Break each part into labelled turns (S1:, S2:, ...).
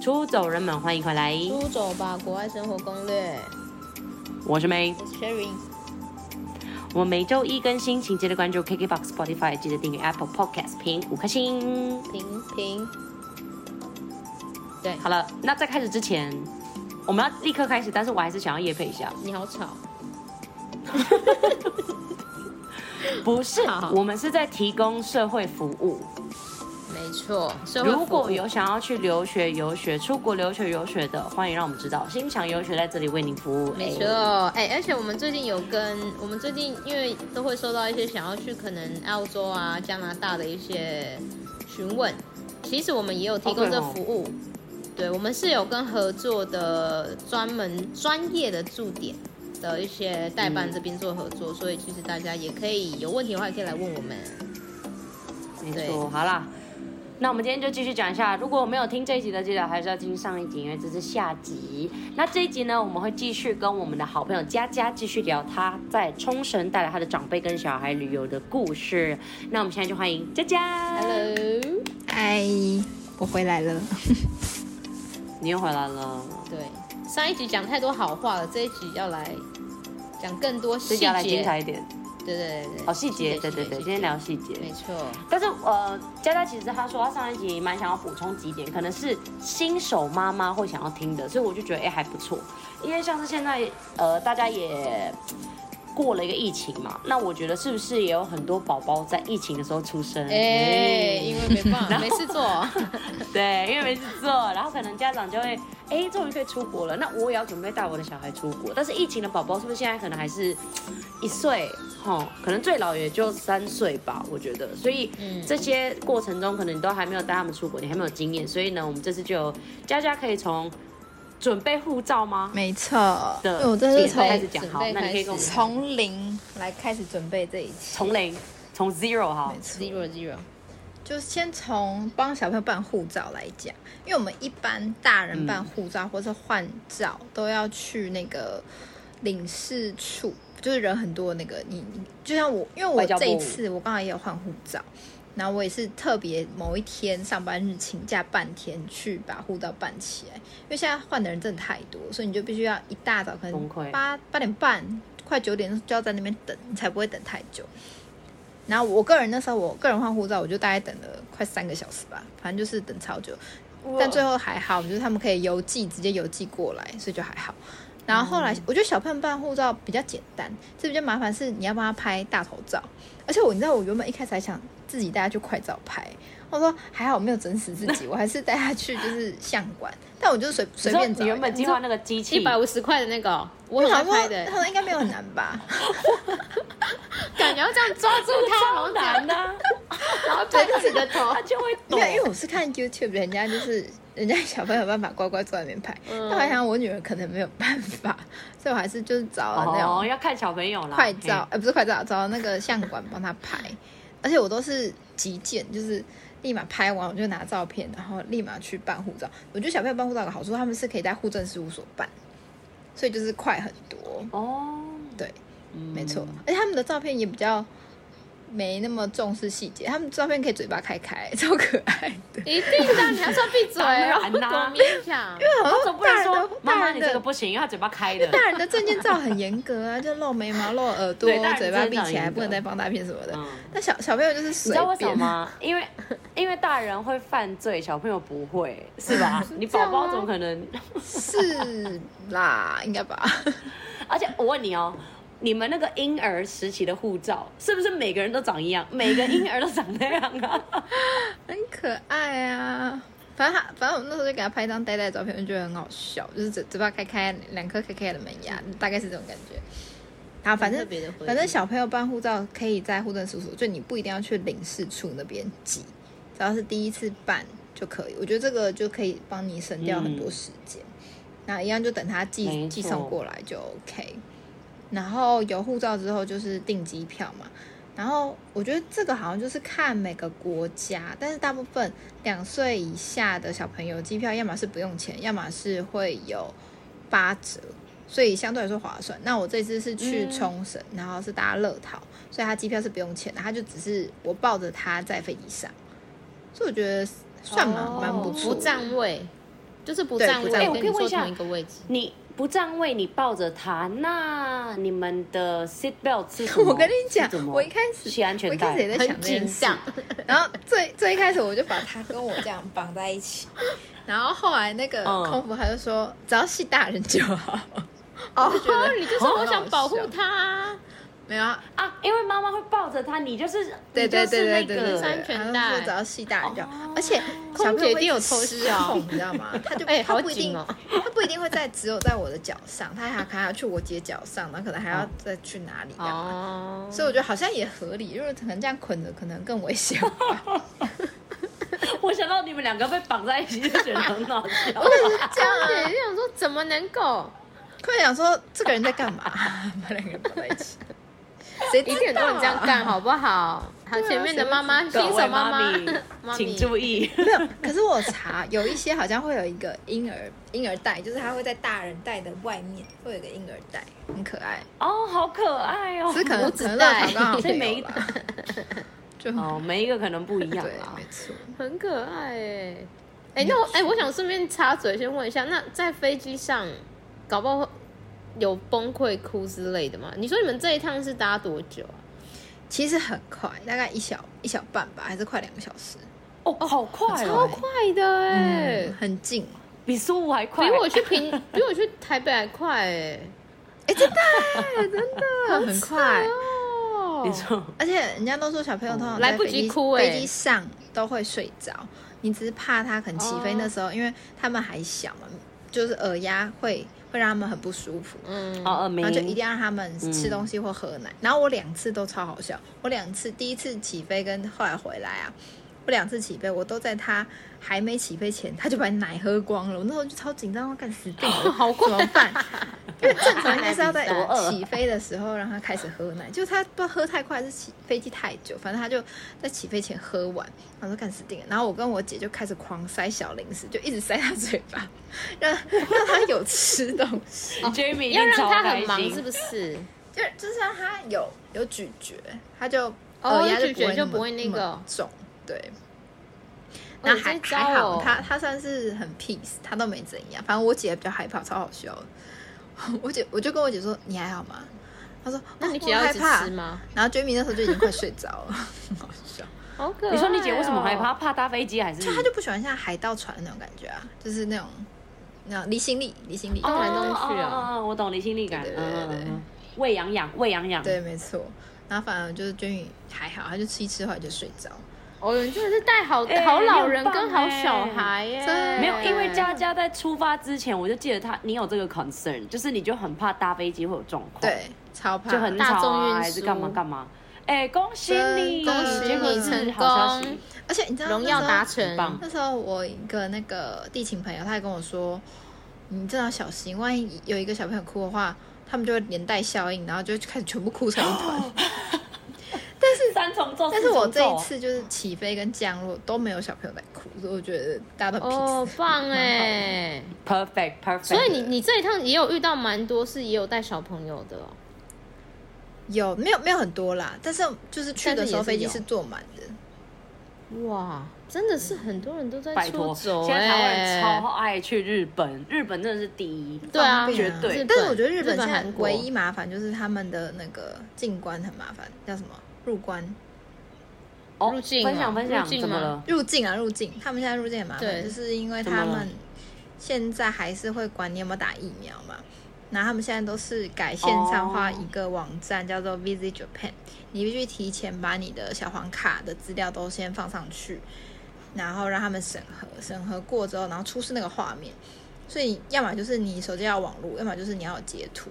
S1: 出走人们，欢迎回来，
S2: 出走吧，国外生活攻略
S1: 我是 May。
S2: ，Sherry。
S1: 我们每周一更新，请记得关注 KKBOX、Spotify，记得订阅 Apple Podcast，评五颗星。
S2: 平平，对，
S1: 好了，那在开始之前，我们要立刻开始，但是我还是想要夜配一下。
S2: 你 好吵，
S1: 不是
S2: 好，
S1: 我们是在提供社会服务。
S2: 没错。社会
S1: 如
S2: 服
S1: 果
S2: 务
S1: 有想要去留学、游学、出国留学、游学的，欢迎让我们知道。心想游学在这里为您服务。
S2: 没错
S1: 哎，
S2: 哎、而且我们最近有跟我们最近因为都会收到一些想要去可能澳洲啊、加拿大的一些询问，其实我们也有提供
S1: 哦对
S2: 这
S1: 哦
S2: 服务。对，我们是有跟合作的专门专业的驻点的一些代办这边做合作，所以其实大家也可以有问题的话，也可以来问我们。
S1: 没错，好啦。那我们今天就继续讲一下，如果没有听这一集的，记得还是要听上一集，因为这是下集。那这一集呢，我们会继续跟我们的好朋友佳佳继续聊她在冲绳带来她的长辈跟小孩旅游的故事。那我们现在就欢迎佳佳
S2: Hello，
S3: 嗨，我回来了。
S1: 你又回来了。
S2: 对，上一集讲太多好话了，这一集要来讲更多
S1: 这
S2: 细
S1: 集要来精
S2: 节。
S1: 彩一点
S2: 对对对对，
S1: 哦，细节，对对对，今
S2: 细
S1: 天聊细节。
S2: 没错，
S1: 但是呃，佳佳其实她说她上一集蛮想要补充几点，可能是新手妈妈会想要听的，所以我就觉得哎、还不错，因为像是现在呃大家也过了一个疫情嘛，那我觉得是不是也有很多宝宝在疫情的时候出生？嗯
S2: 哎、因为没办法，没事做，
S1: 对，因为没事做，然后可能家长就会，哎，终于可以出国了，那我也要准备带我的小孩出国。但是疫情的宝宝是不是现在可能还是嘖一岁？吼、可能最老也就三岁吧，我觉得。所以、
S2: 嗯
S1: 这些过程中，可能你都还没有带他们出国，你还没有经验，所以呢，我们这次就有佳佳可以从准备护照吗？
S3: 没错，因
S1: 的
S3: 为我这是
S1: 准备开始
S3: 从
S1: 讲，
S2: 准
S1: 好，
S2: 备
S1: 那你可以
S2: 开
S1: 跟我们
S2: 始
S3: 从零来开始准备这一切。
S1: 从零，从 zero 哈
S3: 没，错，
S2: zero zero，
S3: 就先从帮小朋友办护照来讲，因为我们一般大人办护照或是换照都要去那个领事处，就是人很多那个你，你就像我，因为
S1: 外
S3: 我
S1: 交部
S3: 这一次我刚好也有换护照，然后我也是特别某一天上班日请假半天去把护照办起来，因为现在换的人真的太多，所以你就必须要一大早可
S1: 崩
S3: 能
S1: 溃
S3: 八八点半快九点就要在那边等，你才不会等太久。然后我个人那时候，我个人换护照，我就大概等了快三个小时吧，反正就是等超久。但最后还好，就是他们可以邮寄直接邮寄过来，所以就还好。然后
S1: 嗯
S3: 后来，我觉得小朋友办护照比较简单，这比较麻烦是你要帮他拍大头照，而且我你知道我原本一开始还想自己带他去快照拍，我说还好我没有整死自 己，我还是带他去就是相馆，但我就随随
S1: 你说
S3: 便
S1: 你
S3: 找一个。
S1: 原本计划那个机器
S2: 一百五十块的那个哦、我
S3: 我
S2: 很爱
S3: 想说
S2: 拍的、
S3: 他们应该没有很难 吧？
S2: 感觉要这样抓住它，
S1: 超难啊，
S2: 然后推自己的头
S1: 他，就会
S3: 没
S1: 懂
S3: 有，。因为我是看 YouTube，人家就是人家小朋友有办法乖乖坐在那边拍，
S2: 嗯
S3: 但我还想我女儿可能没有办法，所以我还是就是找了那
S1: 哦，
S3: 种
S1: 要看小朋友啦，
S3: 快照，呃，不是快照，找那个相馆帮她拍，而且我都是急件，就是立马拍完我就拿照片，然后立马去办护照。我觉得小朋友办护照有个好处，他们是可以在户政事务所办，所以就是快很多。
S1: 嘿哦，
S3: 对，
S1: 嗯
S3: 没错，而且他们的照片也比较没那么重视细节，他们照片可以嘴巴开开，超可爱的。
S2: 一定的，你要说闭嘴哦，
S1: 当然啦
S2: 多勉强。
S1: 他总不能
S3: 大人
S1: 说
S3: 的
S1: 妈妈
S3: 大人
S1: 你
S3: 的
S1: 这个不行，因为他嘴巴开的。
S3: 大人的证件照很严格啊，就露眉毛、露耳朵
S1: 对大、人
S3: 嘴巴
S1: 真的
S3: 闭
S1: 很
S3: 起来，
S1: 严格
S3: 不能带放大片什么的
S1: 嗯。
S3: 那小小朋友就是
S1: 你
S3: 随
S1: 知道为什么
S3: 便，
S1: 吗？因 为因为大人会犯罪，小朋友不会，是 吧？你
S2: 这
S1: 宝
S2: 样吗
S1: 宝怎么可能？
S3: 是啦，应该吧？
S1: 而且我问你哦，你们那个婴儿时期的护照是不是每个人都长一样？每个婴儿都长那样啊？
S3: 很可爱啊。反正他，反正我那时候就给他拍一张呆呆的照片，我就觉得很好笑，就是嘴嘴巴开开，两颗开开的门牙，大概是这种感觉。然后反
S2: 很
S3: 正
S2: 特别的回忆
S3: 反正小朋友办护照可以在户政事务所，就你不一定要去领事处那边挤，只要是第一次办就可以。我觉得这个就可以帮你省掉很多时间。那一样就等他寄
S1: 没错
S3: 寄送过来就 OK。然后有护照之后就是订机票嘛。然后我觉得这个好像就是看每个国家，但是大部分两岁以下的小朋友机票要么是不用钱，要么是会有八折，所以相对来说划算。那我这次是去
S1: 嗯
S3: 冲绳，然后是搭乐桃，所以他机票是不用钱的，他就只是我抱着他在飞机上，所以我觉得算蛮
S2: 哦
S3: 蛮不错
S2: 不
S3: 的。
S2: 占位，就是不
S3: 对
S2: 站
S3: 不
S2: 位，
S3: 站
S2: 跟
S1: 位
S2: 你
S1: 哎我可以问
S2: 坐
S1: 一下
S2: 同一个位置。
S1: 你不占位，你抱着它，那你们的 seat belt 是什么？
S3: 我跟你讲
S1: 是怎，么
S3: 我一开始
S1: 系安
S3: 我
S1: 全
S3: 一开始也
S1: 带。
S3: 在想
S2: 很
S3: 这件
S2: 紧
S3: 事，
S2: 张，
S3: 然后最最一开始我就把他跟我这样绑在 一起，然后后来那个
S1: 嗯
S3: 空服他就说，只要是大人就好。
S2: 哦
S3: 就觉得，
S2: 你就说我想保护
S3: 很好
S2: 他啊，
S3: 没有啊，
S1: 啊，因为妈妈会抱着它，你就是
S3: 对对对对
S1: 你就
S3: 对
S1: 是那
S3: 对，对
S1: 个
S2: 安全带
S3: 然后说只要系大人就好
S1: 哦。
S3: 而且
S2: 空
S3: 小朋友
S2: 姐
S3: 会
S2: 一定有
S3: 直
S2: 偷
S3: 失
S2: 笑
S3: 控你知 道吗？他就
S2: 哎
S3: 他
S2: 好
S3: 不一
S2: 紧
S3: 定，
S2: 哦
S3: 他不一定会在只有在我的脚上，他还还要去我姐脚上，然后可能还要
S1: 哦
S3: 再去哪里干嘛。
S2: 哦，
S3: 所以我觉得好像也合理，因为可能这样捆着可能更 危险吧。
S1: 我想到你们两个被绑在一起，就觉得很好 笑。
S2: 这样子就想说怎么能够？
S3: 快想说这个人在干嘛？ 把两个人绑在一 起，谁知
S2: 一
S3: 道啊
S2: 定很多人这样干，好不好？好，前面的妈妈，新
S1: 各
S2: 手
S1: 位
S2: 妈
S1: 妈咪
S2: 妈，
S1: 请
S2: 妈咪
S1: 注意，
S3: 没有，可是我查有一些好像会有一个婴儿婴儿袋，就是它会在大人袋的外面会有一个婴儿袋，很可爱。
S1: 哦，好可爱哦
S3: 只。是可
S2: 拇
S3: 能
S2: 指
S3: 可能
S2: 袋
S3: 乐淘 刚好
S1: 所以
S3: 没
S1: 没
S3: 有吧， 就很
S1: 哦，每一个可能不一
S3: 对，
S1: 样啦
S2: 啊
S3: 没。错。
S2: 很可爱哎。哎，那我哎，我想顺便插嘴，先问一下，那在飞机上，搞不好有崩溃哭之类的吗？你说你们这一趟是搭多久啊？
S3: 其实很快，大概一小一小半吧，还是快两个小时，
S1: 哦，好快
S2: 超
S1: 哦，
S2: 快的哎
S3: 嗯，，很近。
S1: 比苏武还快。
S2: 比我去平，比我去台北还快哎，
S3: 哎，真的欸，真 的很快。
S2: 哦
S1: 你说
S3: 而且人家都说小朋友通常
S2: 来
S3: 在
S2: 不
S3: 飞
S2: 及
S3: 机
S2: 哭欸
S3: 飞机上都会睡着，你只是怕他可能起飞
S2: 哦
S3: 那时候，因为他们还小嘛，就是耳压会会让他们很不舒服。
S2: 嗯，
S1: 哦，耳鸣
S3: 然后就一定要让他们吃
S1: 嗯
S3: 东西或喝奶。然后我两次都超好笑，我两次第一次起飞跟后来回来啊，我两次起飞我都在他还没起飞前，他就把奶喝光了。我那时候就超紧张，要干死定 了，
S2: 好快
S3: 怎么办？因为正常应该是要 在
S2: 多
S1: 饿
S3: 起飞的时候让他开始喝奶，就他不知道喝太快还是起飞机太久，反正他就在起飞前喝完，然后说干死定了。然后我跟我姐就开始狂塞小零食，就一直塞他嘴巴，让让他有吃东西。
S1: Jamie 一定
S2: 要让
S1: 超
S2: 他
S1: 开
S2: 很忙
S1: 心
S2: 是不是？
S3: 就就是让他有有咀嚼，他就
S2: 哦
S3: 呃耳压
S2: 有咀嚼
S3: 就
S2: 就不会那个
S3: 么重，对。
S2: 哦
S3: 那
S2: 有
S3: 还
S2: 这招
S3: 还好，
S2: 哦
S3: 他他算是很 peace，他都没怎样。反正我姐比较害怕，超好笑的。 我姐我就跟我姐说：“你还好吗？”她说：“
S2: 那
S3: 哦
S2: 你姐
S3: 我
S2: 要一
S3: 害
S2: 直
S3: 怕
S2: 吃。吗？”
S3: 然后 Jamie 那时候就已经快睡 着了， 很好笑。
S2: 好可爱、
S1: 你说你姐为什么害
S3: 啊
S1: 怕？？怕搭飞机还是？
S3: 就她就不喜欢像海盗船那种感觉啊，就是那种那种离心力，离心力。
S2: 动来动去啊
S1: 哦哦哦我懂离心力感，
S3: 对
S1: 嗯
S3: 对
S1: 嗯
S3: 对对
S1: 嗯，胃痒痒，胃痒痒，
S3: 对，没错。然后反而就是娟宇还好，她就吃一吃，后来就睡着。
S2: 哦，你真的是带好、
S1: 哎
S2: 好老人
S1: 你很棒
S2: 跟好小孩哎耶、
S3: 真的
S1: 没有，因为佳佳在出发之前，我就记得她，你有这个 concern，就是你就很怕搭飞机会有状况，，
S3: 对，超怕，
S1: 就很
S2: 大
S1: 吵
S2: 众运输
S1: 啊，还是干嘛干嘛。哎，恭喜你，
S3: 真的恭喜
S1: 结果
S3: 你
S1: 是
S2: 成
S1: 好消息
S2: 功，
S3: 而且你知道
S2: 荣耀
S3: 那时候
S2: 达成
S1: 很，棒
S3: 那时候我一个那个地勤朋友，他还跟我说，嗯你真的要小心，万一有一个小朋友哭的话，他们就会连带效应，然后就会开始全部哭成一 团。
S1: 三重奏，
S3: 但是我这一
S1: 四重奏
S3: 次就是起飞跟降落都没有小朋友在哭，所以我觉得大家都 peace。
S2: 哦，棒哎、
S1: perfect perfect，
S2: 所以你你这一趟也有遇到蛮多是也有带小朋友的、哦，
S3: 有没有没有很多啦，但是就是去
S2: 但
S3: 的
S2: 是
S3: 时候
S2: 也是
S3: 飞机
S2: 有
S3: 是坐满的。
S2: 哇，真的是很多人都在
S1: 拜
S2: 出
S1: 托，
S2: 走
S1: 现
S2: 哎、
S1: 在台湾人超爱去日本，
S3: 哎
S1: 日本真的是第一，
S2: 对啊，
S3: 方便
S1: 啊绝对
S2: 日本
S3: 嗯但是我觉得日
S2: 日
S3: 本现在
S2: 韩国
S3: 唯一麻烦就是他们的那个进关很麻烦，叫什么入关？
S1: 哦
S2: 入境啊
S1: 分享分享
S2: 入境
S1: 怎么
S2: 吗
S1: 了？
S3: 入境啊，入境，他们现在入境很麻
S2: 对
S3: 烦，就是因为
S1: 嗯怎么
S3: 他
S1: 了
S3: 们现在还是会管你有没有打疫苗嘛。然后他们现在都是改线上化
S1: 哦
S3: 一个网站，叫做 Visit Japan。你必须提前把你的小黄卡的资料都先放上去，然后让他们审核，审核过之后，然后出示那个画面。所以，要么就是你手机要有网络，要么就是你要有截图，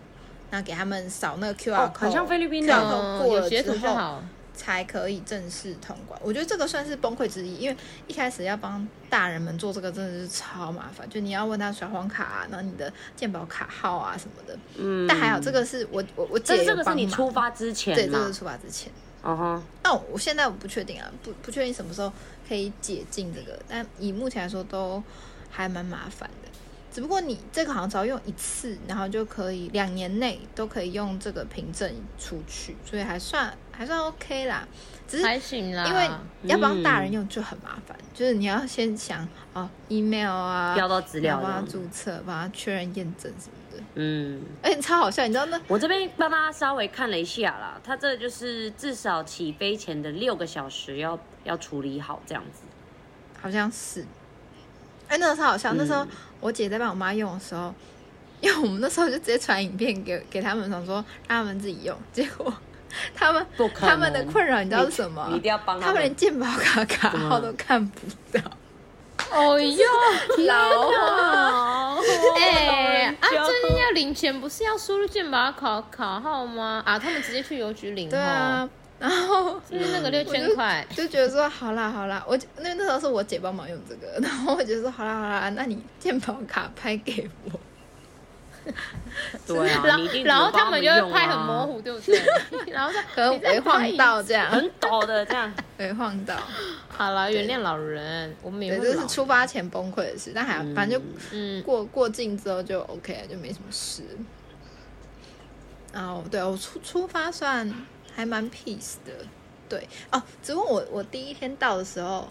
S3: 那给他们扫那个 QR
S1: 哦
S3: code，、
S1: 很像菲律宾的
S3: 然
S2: 嗯
S3: 后过
S2: 有
S3: 了
S2: 截
S3: 之
S2: 图就
S3: 后，
S2: 好，
S3: 才可以正式通关。我觉得这个算是崩溃之一，因为一开始要帮大人们做这个真的是超麻烦，就你要问他小黄卡啊，然后你的健保卡号啊什么的。
S1: 嗯，
S3: 但还好这，个是我我我
S1: 但
S3: 姐
S1: 是这
S3: 有
S1: 个
S3: 帮
S1: 是
S3: 忙
S1: 你出发啊之前
S3: 对，这
S1: 嘛
S3: 个是出发之前。
S1: 嗯哼，
S3: 那我我现在我不确定啊，不不确定什么时候可以解禁这个，但以目前来说都还蛮麻烦的。只不过你这个好像只要用一次，然后就可以两年内都可以用这个凭证出去，所以还算还算 OK 啦。只是
S2: 还行啦，
S3: 嗯因为
S1: 嗯
S3: 要帮大人用就很麻烦，就是你要先想哦，email 啊，
S1: 要到资料
S3: 然后帮
S1: 了
S3: 他。注册，帮他确认验证什么的。
S1: 嗯，
S3: 哎、超好笑，你知道那
S1: 我这边帮大家稍微看了一下啦，它这就是至少起飞前的六个小时要要处理好这样子。
S3: 好像是，哎、那时候超好笑。
S1: 嗯
S3: 那时候我姐在帮我妈用的时候，因为我们那时候就直接传影片给给他们，想说让他们自己用。 结果他们
S1: 不可能
S3: 他们的困扰你知道是什么？
S1: 你一定要帮他
S3: 他们
S1: 们
S3: 连健保卡卡
S1: 怎么
S3: 号都看不到，
S2: 哦
S1: 哎
S2: 哟，
S3: 老
S2: 哇 哎啊，
S1: 哦就
S2: 最近要领钱不是要输入健保卡卡号吗？啊，他们直接去邮局领，
S3: 对啊，，然后。
S2: 是不是那个六千 块？
S3: 就觉得说好啦好啦，我那那时候是我姐帮忙用这个，然后我姐说好啦好啦，那你健保卡拍给我，
S1: 对啊，
S2: 然
S1: 你
S2: 后
S1: 一定
S2: 然后
S1: 有帮
S2: 他们就
S1: 用啊
S2: 会拍很模，糊，对不对？ 然后说
S3: 可能微晃。到这样，
S1: 很抖的这样。
S3: 微晃到。
S2: 好了，原谅老人，我们也
S3: 对，
S2: 会
S3: 这
S2: 老
S3: 是。出发前崩溃的事，但还好反正就
S2: 嗯，
S3: 过过境之后就 OK 了，就没什么事。然后对我出出发算还蛮 peace 的，对哦。只不过我我第一天到的时候，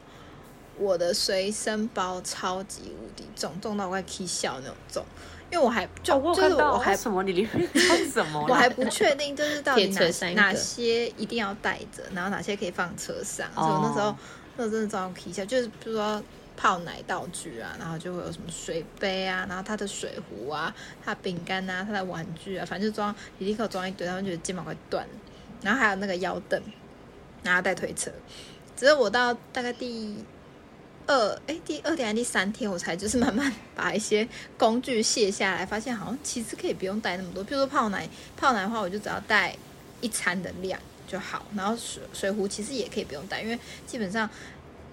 S3: 我的随身包超级无敌重，重到我快气笑那种重，因为我还就、
S1: 哦我有
S3: 就是
S1: 看到
S3: 我还
S1: 为什么你里面装什么啦？
S3: 我还不确定，就是到底
S2: 铁锤
S3: 哪
S2: 三个
S3: 哪些一定要带着，然后哪些可以放车上。所以我那时候
S1: 哦，
S3: 那时候真的找我提一下，就是比如说泡奶道具啊，然后就会有什么水杯啊，然后他的水壶啊，他的饼干啊，他的玩具啊，反正就装一定给我装一堆，他们觉得肩膀快断了。然后还有那个腰凳，然后带推车。只是我到大概第二哎第二天还是第三天，我才就是慢慢把一些工具卸下来，发现好像其实可以不用带那么多。比如说泡奶，泡奶的话，我就只要带一餐的量就好。然后水水壶其实也可以不用带，因为基本上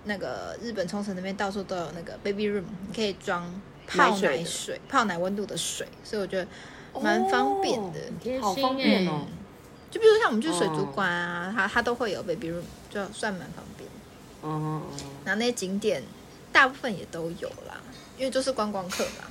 S3: 那个日本冲绳那边到处都有那个 baby room，你可以装泡
S1: 买水
S3: 奶
S1: 的
S3: 水、泡奶温度的水，所以我觉得蛮方便的。嗯
S2: 贴
S1: 好
S2: 心
S1: 方便哦。
S3: 就比如说像我们去水族馆啊，它它都会有 baby room，就算蛮方便的。
S1: 嗯，
S3: 然后那些景点大部分也都有啦，因为就是观光客嘛，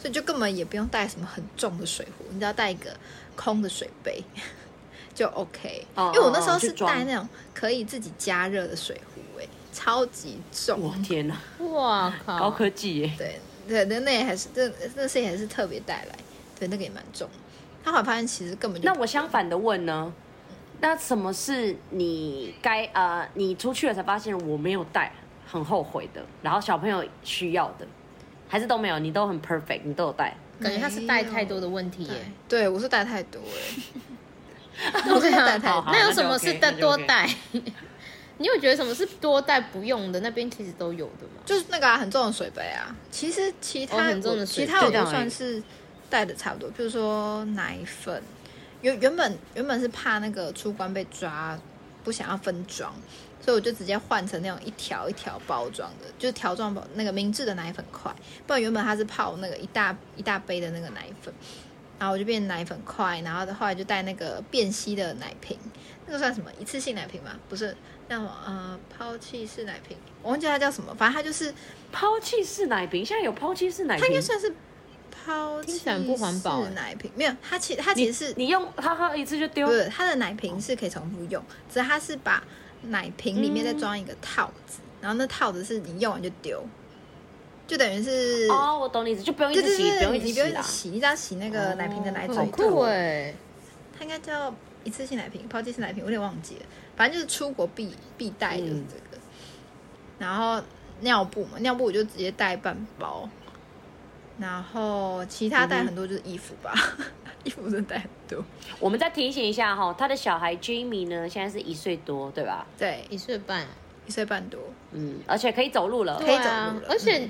S3: 所以就根本也不用带什么很重的水壶，你只要带一个空的水杯 就 OK。
S1: 哦
S3: 因为我那时候是
S1: 去装
S3: 带那种可以自己加热的水壶、欸，超级
S1: 嗯我
S3: 重。
S1: 天哪，
S2: 哇靠！
S1: 高科技耶！
S3: 对对，那那也还是这那些也还是特别带来，对，那个也蛮重。他后来发现其实根本就
S1: 那我相反的问呢？那什么是你该呃，你出去了才发现我没有带，很后悔的，然后小朋友需要的，还是都没有？你都很 perfect，你都有带。
S2: 感觉他是带太多的问题
S1: 欸
S2: 耶。
S3: 对我是带太多了、 欸，我是带太
S1: 好
S3: 多
S1: 好。
S2: 那有什么是带
S1: 那就
S2: 多
S1: OK，
S2: 带？ 你有觉得什么是多带不用的？那边其实都有的嘛。
S3: 就是那个、啊、很重的水杯啊。其实其他、
S2: 哦很重的水杯
S3: 其他我
S1: 对
S3: 都
S1: 啊
S3: 算是带的差不多，比如说奶粉，原原本原本是怕那个出关被抓，不想要分装。所以我就直接换成那种一条一条包装的，就是条状包那个明治的奶粉块，不然原本它是泡那个一大一大杯的那个奶粉，然后我就变奶粉块，然后后来就带那个便携的奶瓶，那个算什么一次性奶瓶吗？不是，那什么呃抛弃式奶瓶，我忘记它叫什么，反正它就是
S1: 抛弃式奶瓶，现在有抛弃式奶
S3: 它应该
S1: 瓶。
S3: 算是抛弃
S2: 听起来很不环保
S3: 式
S2: 欸
S3: 奶瓶，没有，它其它
S1: 你
S3: 其实是
S1: 你用它喝一次就丢
S3: 不，是它的奶瓶是可以重复用，只是它是把奶瓶里面再装一个套子，然后那套子是你用完就丢，就等于是
S1: 哦，我懂你意思，就不用一
S3: 对
S1: 直
S3: 对
S1: 洗，不
S3: 对，
S1: 用一
S3: 你
S1: 直
S3: 不
S1: 洗啦。
S3: 用一直
S1: 哦
S3: 洗，你只要洗那个奶瓶的奶嘴
S2: 好
S3: 就好，
S2: 酷哎！
S3: 它应该叫一次性奶瓶、抛弃式奶瓶，我有点忘记了，反正就是出国必必带就是
S1: 嗯
S3: 这个，然后尿布嘛，尿布我就直接带半包。然后其他带很多就是衣服吧， 衣服真的带很多。
S1: 我们再提醒一下哈、他的小孩 Jimmy 呢，现在是一岁多，对吧？
S3: 对，
S2: 一岁半，
S3: 一岁半多。
S1: 嗯，而且可以走路了。
S3: 可以走路了
S2: 对啊而且。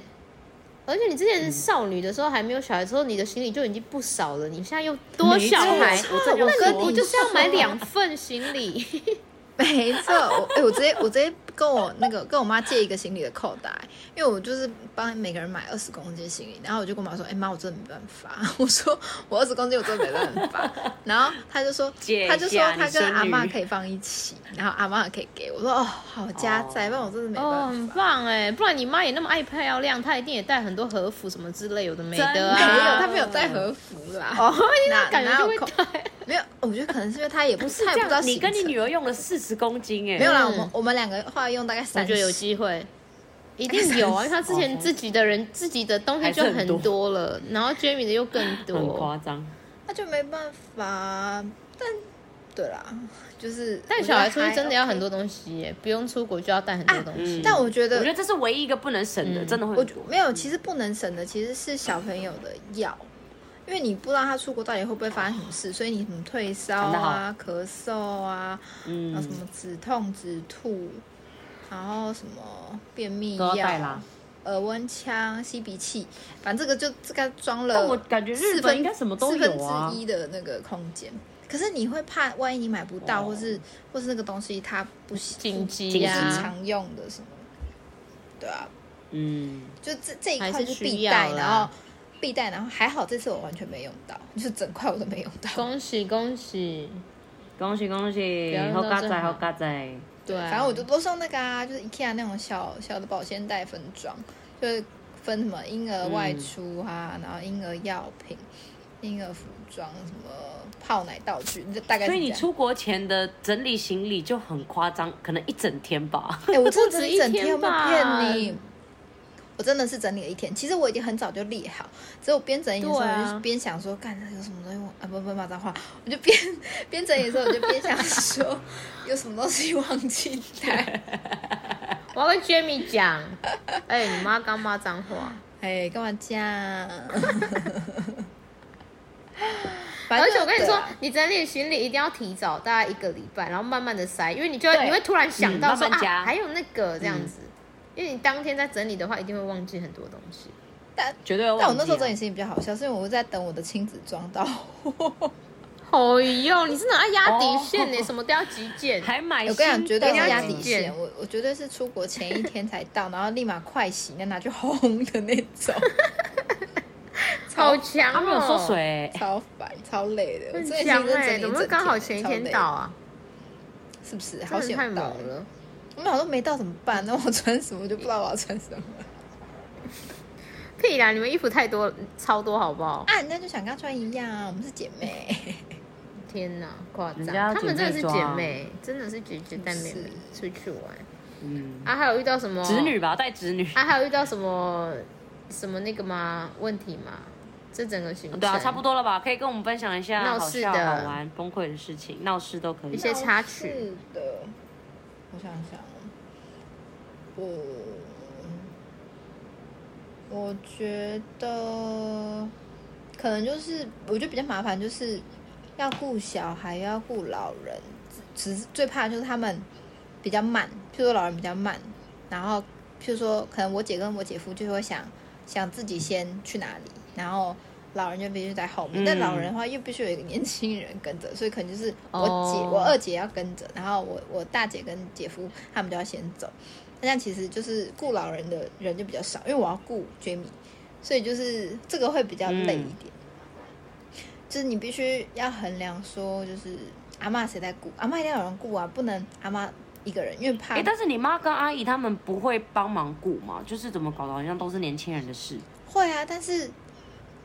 S2: 而且你之前少女的时候还没有小孩的时候，你的行李就已经不少了，你现在又多小孩
S1: 没，错我
S3: 我
S1: 这
S3: 跟
S2: 那
S1: 跟
S2: 你
S3: 你
S2: 就是要
S3: 说
S2: 买两份行李。
S3: 没错，我哎、我直接我直接跟我那个跟我妈借一个行李的扣打、因为我就是帮每个人买二十公斤行李，然后我就跟我妈说：“哎、妈，我真的没办法。”我说：“我二十公斤，我真的没办法。”然后她就说
S1: 借：“一下
S3: 她就说她
S1: 你孙
S3: 跟
S1: 女
S3: 阿妈可以放一起，然后阿妈可以给我。”说：“哦，好家在，不然我真的没
S2: 哦，很
S3: 办法。
S2: 棒哎，不然你妈也那么爱漂亮，她一定也带很多和服什么之类有的没
S1: 真
S2: 的
S1: 的
S2: 啊。
S3: 没有，她没有带和服啦。
S2: 哦，
S3: 哪
S2: 那感觉
S3: 哪
S2: 就
S3: 有
S2: 会
S3: 空
S2: 带。
S3: 没有，我觉得可能是因为她也不
S1: 不是
S3: 她
S1: 这
S3: 也不知道
S1: 样，你跟你
S3: 行程
S1: 女儿用了四十公斤哎、
S3: 没有啦，
S2: 嗯
S3: 我们我们两个话用大概
S2: 我
S3: 三
S2: 觉
S3: 十
S2: 得有机会，一定有啊，因为他之前自己的人自己的东西就
S1: 还是
S2: 很
S1: 很
S2: 多了，然后 Jamie 的又更
S1: 嗯很
S2: 多。
S1: 夸张。
S3: 那就没办法。啊但对啦，就是
S2: 但小孩出去真的要很
S3: 多。
S2: 多东西耶，不用出国就要带很
S3: 啊
S2: 多东西
S1: 嗯。
S3: 但我觉
S1: 我觉
S3: 得
S1: 得这是唯一一个不能省的，
S2: 嗯
S1: 真的会
S3: 我
S1: 很
S3: 觉
S1: 多。
S3: 没有，其实不能省的其实是小朋友的药，因为你不知道他出国到底会不会发生什么事，所以你什么退
S1: 讲
S3: 烧
S1: 得
S3: 啊
S1: 好、
S3: 咳嗽啊，然后
S1: 嗯
S3: 什，么止痛、止吐，然后什么便秘
S1: 都要带
S3: 药
S1: 啦、
S3: 耳呃温枪、吸鼻器，反正这个就这个装了。
S1: 但我感觉日
S3: 四
S1: 本
S3: 分
S1: 应该什么都
S3: 四
S1: 有啊
S3: 分之。一的那个空间。可是你会怕，万一你买不到，
S1: 哦
S3: 或是或是那个东西它不行
S2: 紧急啊
S3: 不是
S1: 呀
S3: 常用的什么，对啊，
S1: 嗯，
S3: 就这这一
S2: 还
S3: 块
S2: 是
S3: 是
S2: 需
S3: 必
S2: 要
S3: 带，
S2: 啦
S3: 然后必带，然后还好这次我完全没用到，就是整块我都没用到。
S2: 恭喜恭喜！
S1: 恭喜恭喜
S2: 不要，
S1: 好嘎
S2: 弄到这
S1: 仔
S2: 行
S1: 好嘎仔。
S2: 对啊，
S3: 反正我就都是用那个啊，就是 IKEA 那种小小的保鲜袋分装，就是分什么婴儿外出啊，然后婴儿药品、婴儿服装、什么泡奶道具，就大概是
S1: 所
S3: 这
S1: 以
S3: 样。
S1: 你出国前的整理行李就很夸张，可能一整天吧。
S3: 哎、我
S2: 不
S3: 真的
S2: 止
S3: 整
S2: 一
S3: 一整
S2: 天
S3: 天，我没有
S2: 吧
S3: 骗你。我真的是整理了一天，其实我已经很早就列好，只有我边整理的时候，
S2: 对啊
S3: 我就边想说，干有什么东西我啊不不骂脏话，我就边 边整理的时候，我就边想说， 有什么东西忘记带，
S2: 我要跟 Jamie 讲， 哎，你妈刚骂脏话，
S3: 哎，干嘛这样？ 反正
S2: 而且我跟你
S3: 对
S2: 说
S3: 啊，
S2: 你整理行李一定要提早，大概一个礼拜，然后慢慢的塞，因为你就
S3: 对
S2: 你会突然想到
S1: 嗯
S2: 说
S1: 慢慢加
S2: 啊，还有那个这样子，因为你当天在整理的话，一定会忘记很多东西。
S3: 但
S1: 绝对要忘
S3: 但
S1: 记啊。
S3: 我那时候整理事情比较好笑，是因为我在等我的亲子装到货，
S2: 哦哟，你真的爱压底线呢、欸
S1: 哦
S2: 什么都要极简。
S1: 还买
S3: 我
S1: 新的，
S3: 跟你讲，绝对
S2: 人
S3: 是
S2: 家
S3: 压
S2: 几
S3: 底
S2: 件
S3: 线。我我绝对是出国前一天才到，然后立马快洗，那拿去烘的那 种，
S2: 好强
S1: 他
S2: 哦！
S1: 没有缩水，
S3: 超烦、超累的。我
S2: 很
S3: 这件
S2: 强
S3: 事情真的
S2: 哎、
S3: 整理
S2: 怎么
S3: 整
S2: 会刚好前一
S3: 天
S2: 天
S3: 超累
S2: 到啊？
S3: 是不是？好
S2: 真的
S3: 险
S2: 太
S3: 我
S2: 猛
S3: 到。
S2: 了！
S3: 我们好像没到怎么办？那我穿什么就不知道我要穿什么
S2: 屁啦，你们衣服太多，超多好不好？
S3: 啊！人家就想跟她穿一样啊，我们是姐妹。
S2: 天哪，夸
S1: 人
S2: 张！
S1: 家要
S2: 她们真的是
S1: 姐妹
S2: 姐
S1: 装
S2: 妹，真的是姐姐带妹妹出去玩
S1: 嗯，
S2: 啊！还有遇到什么
S1: 侄女吧，带侄女。
S2: 啊？还有遇到什么什么那个吗？问题吗？这整个行程
S1: 对啊，差不多了吧？可以跟我们分享一下
S2: 嗯闹
S1: 好
S2: 事
S1: 笑、
S2: 的
S1: 好玩、崩溃的事情，闹事都可以
S2: 一。些插曲
S3: 是的，我想想哦，我我觉得可能就是我觉得比较麻烦，就是要顾小孩，又要顾老人，只是最怕就是他们比较慢，譬如说老人比较慢，然后譬如说可能我姐跟我姐夫就会想想自己先去哪里，然后。老人就必须在后面，但老人的话又必须有一个年轻人跟着，所以可能就是我姐、
S2: 哦
S3: 我二姐要跟着，然后我我大姐跟姐夫他们就要先走。那这样其实就是顾老人的人就比较少，因为我要顾 Jamie，所以就是这个会比较累一点。就是你必须要衡量说，就是阿妈谁在顾，阿妈一定要有人顾啊，不能阿妈一个人，因为怕。
S1: 哎、但是你妈跟阿姨他们不会帮忙顾吗？就是怎么搞的，好像都是年轻人的事。
S3: 会啊，但是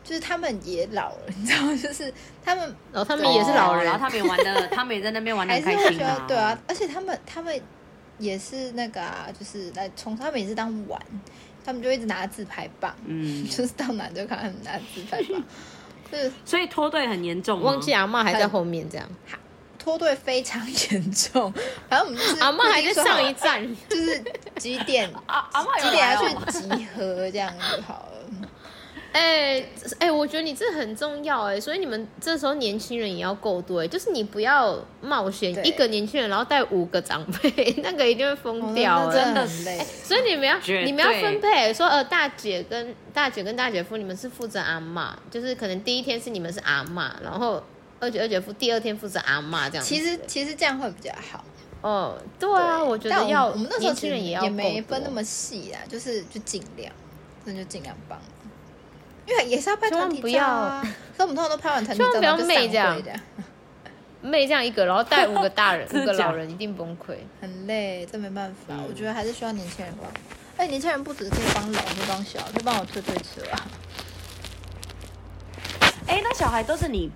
S3: 就是他们也老了，你知道吗， 就是他们
S2: 然后他们也是老
S1: 哦
S2: 人
S1: 然后，他们也玩 的，他们也在那边玩的
S3: 还
S1: 很
S3: 是
S1: 开
S3: 会
S1: 心
S3: 觉得
S1: 啊。
S3: 对啊，，而且他们他们也是那个啊，就是来从他们也是当玩，他们就一直拿自拍棒，
S1: 嗯，
S3: 就是到哪就看他们拿自拍棒，就是
S1: 所以脱队很严重吗。
S2: 忘记阿妈还在后面这样，
S3: 脱队非常 严重。反正我们就是
S2: 阿妈还在上一
S3: 固定
S2: 站。
S3: 说好就是几点
S1: 啊， 阿妈
S3: 几
S1: 有
S3: 点
S1: 来
S3: 要
S1: 哦
S3: 去集合这样就好了。
S2: 哎、哎、我觉得你这很重要哎、所以你们这时候年轻人也要够多哎、就是你不要冒
S3: 对
S2: 险一个年轻人，然后带五个长辈， 那个一定会
S3: 哦
S2: 疯
S3: 那
S2: 掉
S3: 那
S2: 哎、
S3: 真的很
S1: 真的
S3: 累。
S2: 所以你们要
S1: 绝对
S2: 你们要分配，说呃大姐跟大姐跟大姐夫，你们是负责阿嬷，就是可能第一天是你们是阿嬷，然后二姐二姐夫第二天负责阿嬷这样子。
S3: 其实其实这样会比较好，
S2: 哦，对啊，我觉得要
S3: 我们那时候
S2: 年轻人
S3: 其实
S2: 要
S3: 也没
S2: 够多
S3: 分那么细啊，就是就尽量，那就尽量帮。因为也是要拍
S2: 千万
S3: 团体
S2: 不
S3: 照啊，所以我们通常都拍完团体
S2: 千万
S3: 照
S2: 不
S3: 然
S2: 要
S3: 后就
S2: 媚
S3: 散会
S2: 这样
S3: 的，
S2: 妹这样一个，然后带五个大 人、
S1: 自
S2: 五个老
S1: 讲
S2: 人，一定崩溃。
S3: 很累，这没办法。
S1: 嗯
S3: 我觉得还是需要年轻人帮。哎，年轻人不只是可以帮老，可以帮小，可以帮我推推车啊。
S1: 哎，那小孩都是你，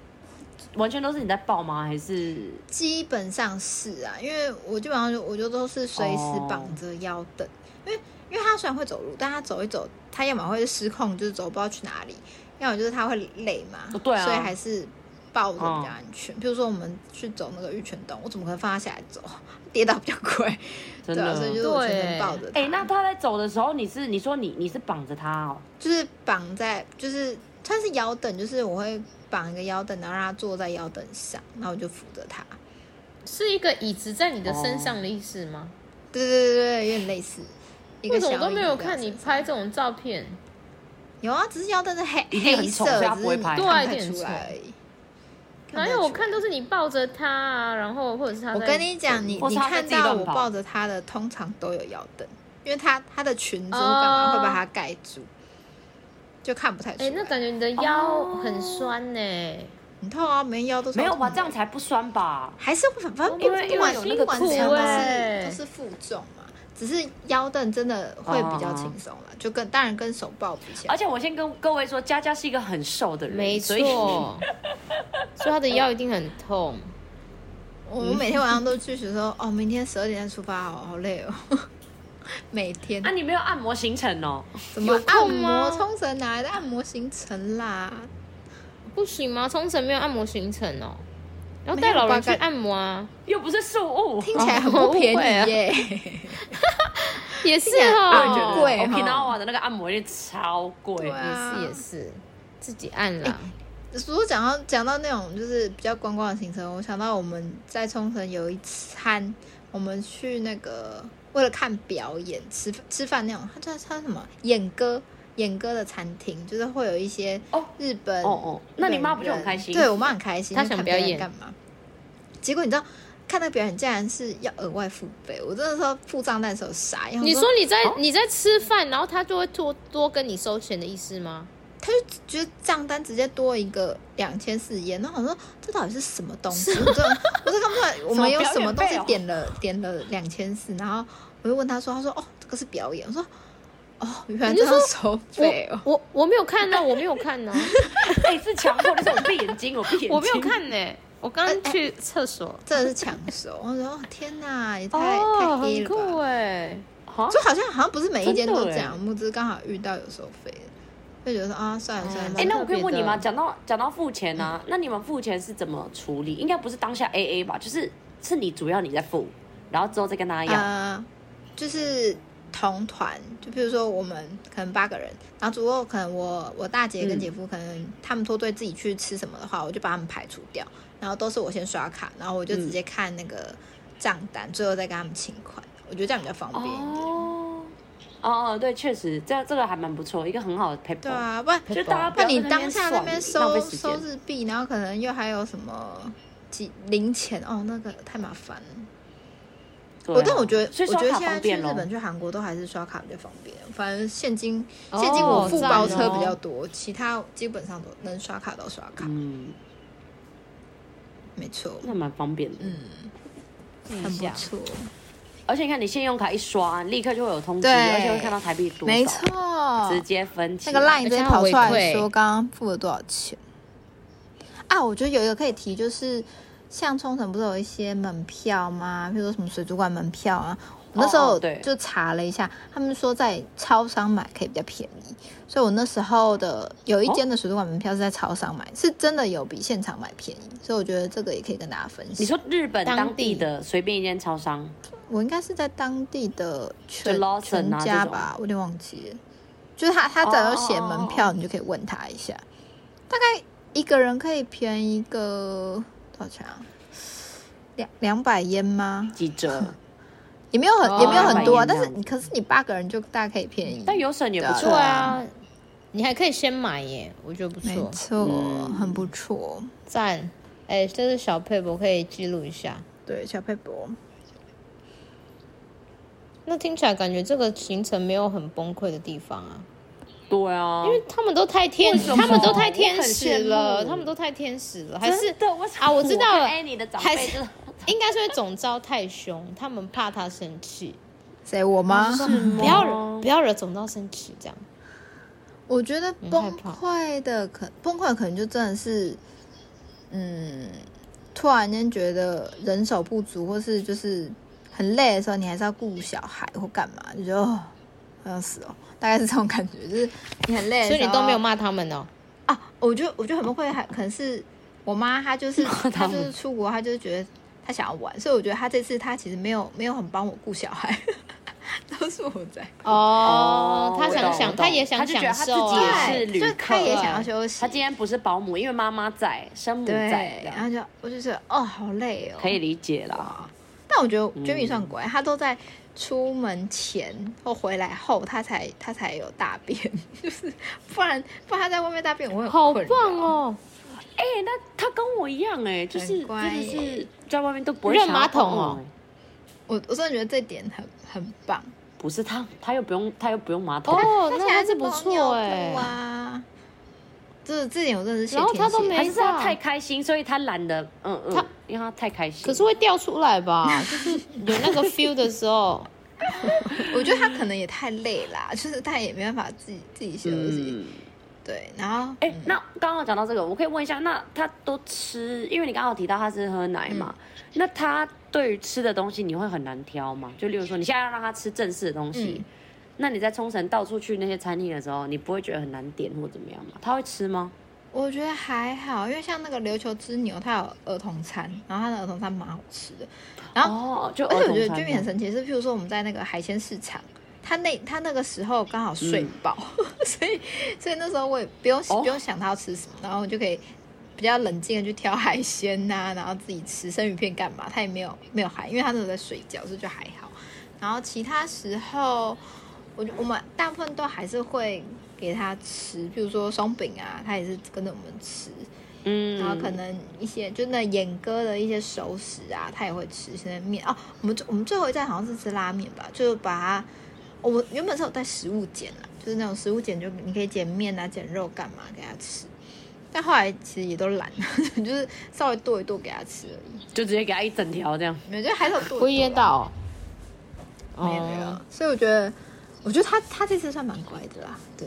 S1: 完全都是你在抱吗？还是
S3: 基本上是啊，因为我基本上就我就都是随时绑着腰等，因为因为他虽然会走路，但他走一走，他要么会失控，就是走不知道去哪里，要么就是他会累嘛，
S1: 哦对啊哦
S3: 所以还是抱着比较安全。比如说我们去走那个玉泉洞，我怎么可能放他下来走？跌倒比较快，
S1: 真
S3: 对
S1: 的？
S3: 啊，所以就是我全程抱着他，
S1: 哎、那他在走的时候，你是你说你你是绑着他哦，
S3: 就是绑在就是算是腰凳，就是我会绑一个腰凳，然后让他坐在腰凳上，然后我就扶着他。
S2: 是一个椅子在你的身上的意思吗？
S3: 对对对对，有点类似。一
S2: 为
S3: 个
S2: 什么
S3: 小
S2: 我都没
S3: 椅
S2: 有
S3: 子在
S2: 看你
S3: 身上
S2: 拍这种照片？
S3: 有啊，只是腰带是黑
S1: 一定
S3: 黑
S1: 很丑
S3: 色，只
S1: 所以
S3: 是
S1: 他不会
S3: 你
S1: 拍
S3: 看不
S2: 对啊
S3: 太
S2: 一定很
S3: 出
S2: 丑
S3: 来而已。
S2: 哪
S3: 不
S2: 有？
S3: 太
S2: 我
S3: 出
S2: 看
S3: 来
S2: 都是你抱着他啊，然后或者是他在。
S3: 我跟你讲，你
S1: 或是
S3: 你
S1: 他在
S3: 看
S1: 自己
S3: 到
S1: 乱
S3: 我
S1: 跑
S3: 抱着他的，通常都有腰凳，因为他他的裙子或干嘛
S2: 哦
S3: 会把它盖住，就看不太出
S2: 哎、
S3: 来。
S2: 那感觉你的腰很酸呢、
S3: 很痛啊，没腰都是
S1: 没有
S3: 痛
S1: 吧？
S3: 的
S1: 这样才不酸吧？
S3: 还是会反正
S2: 因为
S3: 不
S2: 因为
S3: 管
S2: 有那
S3: 不
S2: 个
S3: 管怎样
S2: 裤
S3: 都
S2: 欸
S3: 是都是负重嘛，只是腰凳真的会比较轻松了，就跟当然跟手抱比起来
S1: 而，且我先跟各位说，佳佳是一个很瘦的人，
S2: 没错，
S1: 所以
S2: 所以他的腰一定很痛。
S3: 我我每天晚上都去学说，哦，明天十二点再出发哦，好累哦， 每天
S1: 啊，。你没有按摩行程哦，
S3: 怎么
S2: 有
S3: 按
S2: 空吗
S3: 摩冲绳哪来的按摩行程啦？
S2: 不行吗？冲绳没有按摩行程哦，要带老人去按摩啊，
S1: 又不是事物，
S3: 听起来很不便
S2: 哦
S3: 宜耶、
S2: 也是
S3: 听起来
S2: 哦，
S3: 很多人觉得贵
S1: 哦
S3: 哦
S1: Okinawa 的那个按摩店超贵
S3: 对，啊，
S2: 也是也是，自己按啦。
S3: 如果讲到讲到那种就是比较观光的行程，我想到我们在冲绳有一餐，我们去那个为了看表演吃吃饭那种，它叫它什么演歌演歌的餐厅，就是会有一些
S1: 哦
S3: 日本
S1: 哦哦那你妈不就很开心
S3: 对我妈很开心，
S2: 她
S3: 就
S2: 想
S3: 看
S2: 表
S3: 演
S2: 演
S3: 干嘛？结果你知道看那个表演竟然是要额外付费，我真的说付账单的时候傻眼，
S2: 你
S3: 我
S2: 说哦你在、你在吃饭，然后他就会多多跟你收钱的意思吗？
S3: 他就觉得账单直接多一个两千四烟，然后我说这到底是什么东西？我真的我都看不出来，我们有什么东西点了点了两千四，然后我就问他说，他说哦这个是表演，我说哦原来这样收费哦，
S2: 我我没有看呢、啊我没有看呢、
S1: 哎、是强迫，但是我闭眼睛，我闭眼睛，
S2: 我没有，看呢、我刚刚去厕所。
S3: 真的是抢手， 我说哦天哪，也太、太
S2: 哦，
S3: 黑
S2: 很
S3: 了
S2: 酷
S3: 吧！
S2: 哎！
S1: 哈，
S3: 就好像好像不是每一间都
S1: 真的
S3: 这
S1: 耶
S3: 样，我们只是刚好遇到有收费的，就觉得说啊算了算了，
S2: 哎
S1: 哎、那我可以问你吗？
S2: 特别的
S1: 讲到讲到付钱啊，那你们付钱是怎么处理？应该不是当下 A A 吧？就是是你主要你在付，然后之后再跟他要。
S3: 呃，就是同团，就比如说我们可能八个人，然后如果可能我我大姐跟姐夫可能他们脱队自己去吃什么的话，我就把他们排除掉，然后都是我先刷卡，然后我就直接看那个账单，最后再跟他们请款，我觉得这样比较方便一点。
S1: 哦哦，对，确实，这样这个还蛮不错，一个很好的 paper。
S3: 对，啊，不然
S1: 就大家
S3: 不
S1: 不要在
S3: 然你
S1: 那
S3: 当下那
S1: 算
S3: 边
S1: 浪
S3: 收
S1: 费时间
S3: 收日币，然后可能又还有什么几零钱哦，那个太麻烦了。
S1: 对
S3: 我
S1: 啊
S3: 但我觉得，
S1: 所以
S3: 我
S1: 刷
S3: 觉得
S1: 卡
S3: 现在
S1: 方
S3: 去
S1: 便
S3: 日
S1: 咯。
S3: 本、去韩国都还是刷卡比较方便。反正现金，
S2: 哦
S3: 现金我付
S2: 赞
S3: 包
S2: 哦
S3: 车比较多，其他基本上都能刷卡都刷卡，
S1: 嗯，
S3: 没错，
S1: 那蛮方便的。
S3: 嗯很不错，
S1: 而且你看，你信用卡一刷，立刻就会有通知，
S3: 对
S1: 而且会看到台币多少，
S3: 没，错
S1: 直。接分期。
S3: 那个 line
S2: 啊而
S3: 直
S2: 且
S3: 接
S2: 还有
S3: 跑出来
S2: 回馈
S3: 说刚刚付了多少钱啊？我觉得有一个可以提，就是像冲绳不是有一些门票吗？比如说什么水族馆门票啊，我那时
S1: 哦
S3: 候
S1: 哦对
S3: 就查了一下，他们说在超商买可以比较便宜，所以我那时候的有一间
S2: 哦
S3: 的水族馆门票是在超商买，是真的有比现场买便宜，所以我觉得这个也可以跟大家分
S1: 你
S3: 享。
S1: 说日本
S2: 当
S1: 当地
S2: 地
S1: 的随便一间超商，
S3: 我应该是在当地的全
S1: 就 Lawson
S3: 全
S1: 啊
S3: 家
S1: 这种
S3: 吧，我有点忘记了。就是他他只要有写门票，你就可以问他一下，大概一个人可以便宜个多少钱啊？两两百烟吗？
S1: 几折，
S3: 也没有很、
S2: 哦
S3: 也没有很多、啊
S1: 200，
S3: 但
S1: 烟
S3: 是你可是你八个人就大概可以便宜，
S1: 但有省也不
S3: 对
S1: 错
S2: 对啊，你还可以先买耶，我觉得不
S3: 没
S2: 错，
S3: 错，
S1: 嗯
S3: 很不错。
S2: 赞！哎，这是小佩，我可以记录一下。
S3: 对，小佩博，
S2: 那听起来感觉这个行程没有很崩溃的地方啊，
S1: 对啊，
S2: 因为他们都太天，
S1: 为什么
S2: 他们都太天使
S1: 我很羡
S2: 了，
S1: 慕哦
S2: 他们都太天使了，还是
S1: 对我
S2: 啊我知道了
S1: 哎，你的长
S2: 还
S1: 辈
S2: 是
S1: 真的
S2: 应该是因为总招太凶，他们怕他生气，
S3: 谁我吗？
S1: 哦
S2: 不要惹不要惹总招生气这样。
S3: 我觉得
S2: 很害
S3: 崩
S2: 怕
S3: 溃的可崩溃可能就真的是，嗯，突然间觉得人手不足，或是就是很累的时候，你还是要顾小孩或干嘛，就觉得哦，好想死哦，大概是这种感觉，就是你很累的时
S2: 所
S3: 候，
S2: 以你都没有骂他们哦，
S3: 啊，我觉得我觉得很崩溃，还可能是我妈 她就是她
S1: 他
S3: 就
S1: 们
S3: 是出国，她就是觉得她想要玩，所以我觉得她这次她其实没有没有很帮我顾小孩， 都是我在，
S2: 哦，他
S1: 我
S2: 想
S1: 懂
S2: 享，
S1: 我
S2: 他
S1: 懂
S2: 也想
S1: 他就觉得
S2: 享
S1: 他自
S2: 受
S1: 己也
S2: 啊，
S1: 是
S3: 对
S1: 旅
S3: 就是她
S1: 客
S3: 也想要休息， 啊
S1: 他今天不是保姆，因为妈妈在，生母在
S3: 对，，
S1: 这
S3: 啊然后
S1: 样
S3: 就我就觉得哦好累哦，
S1: 可以理解啦。
S3: 但我觉得
S2: 嗯
S3: Jimmy 算乖，他都在出门前或回来后，他才他才有大便， 就是不然不然他在外面大便我会很
S2: 好
S3: 困
S2: 棒
S3: 扰，
S2: 哦，
S1: 哎，那他跟我一样哎，就是
S3: 很
S1: 真
S3: 乖
S1: 的
S3: 耶
S1: 是在外面都不会
S2: 认
S1: 想要
S2: 马桶
S1: 动
S2: 哦
S1: 哎，
S3: 我我真的觉得这点很很棒。
S1: 不是他，他又不用，他又不用马桶。
S2: 哦，那
S3: 他现在
S2: 还是不错哎，
S3: 哇，这这点我真的是谢
S2: 然后
S3: 天
S2: 他都
S3: 谢地
S2: 没
S1: 还是他
S2: 到
S1: 太开心，所以他懒得，嗯嗯，
S2: 他
S1: 因为他太开心。
S2: 可是会掉出来吧？就是有那个 feel 的时候，
S3: 我觉得他可能也太累啦，就是他也没办法自己自己休息。
S1: 嗯，
S3: 对，然后
S1: 哎、那刚刚讲到这个，我可以问一下，那他都吃，因为你刚刚有提到他是喝奶嘛，
S3: 嗯
S1: 那他对于吃的东西你会很难挑吗？就例如说，你现在要让他吃正式的东西，
S3: 嗯
S1: 那你在冲绳到处去那些餐厅的时候，你不会觉得很难点或怎么样吗？他会吃吗？
S3: 我觉得还好，因为像那个琉球之牛，它有儿童餐，然后它的儿童餐蛮好吃的。然后
S1: 哦，就
S3: 啊而且我觉
S1: 儿童
S3: 得
S1: 餐
S3: Jimmy 很神奇，是譬如说我们在那个海鲜市场，他那他那个时候刚好睡饱， 所以所以那时候我也不用、
S1: 嗯哦
S3: 不用想他要吃什么，然后我就可以比较冷静的去挑海鲜呐、然后自己吃生鱼片干嘛，他也没有没有还，因为他那时候在睡觉，所以就还好。然后其他时候，我就我们大部分都还是会给他吃，譬如说松饼啊，他也是跟着我们吃。
S1: 嗯，
S3: 然后可能一些就那演歌的一些熟食啊，他也会吃。现在面哦，我们最我们最后一站好像是吃拉面吧，就把它。哦我原本是有带食物剪啦，就是那种食物剪，就你可以剪面啊、剪肉干嘛给他吃。但后来其实也都懒， 就是稍微剁一剁给他吃而已。
S1: 就直接给他一整条这样。
S3: 没有，就还是有剁一剁
S2: 会噎到哦。
S3: 没有没有。所以我觉得，我觉得他他这次算蛮乖的啦，对，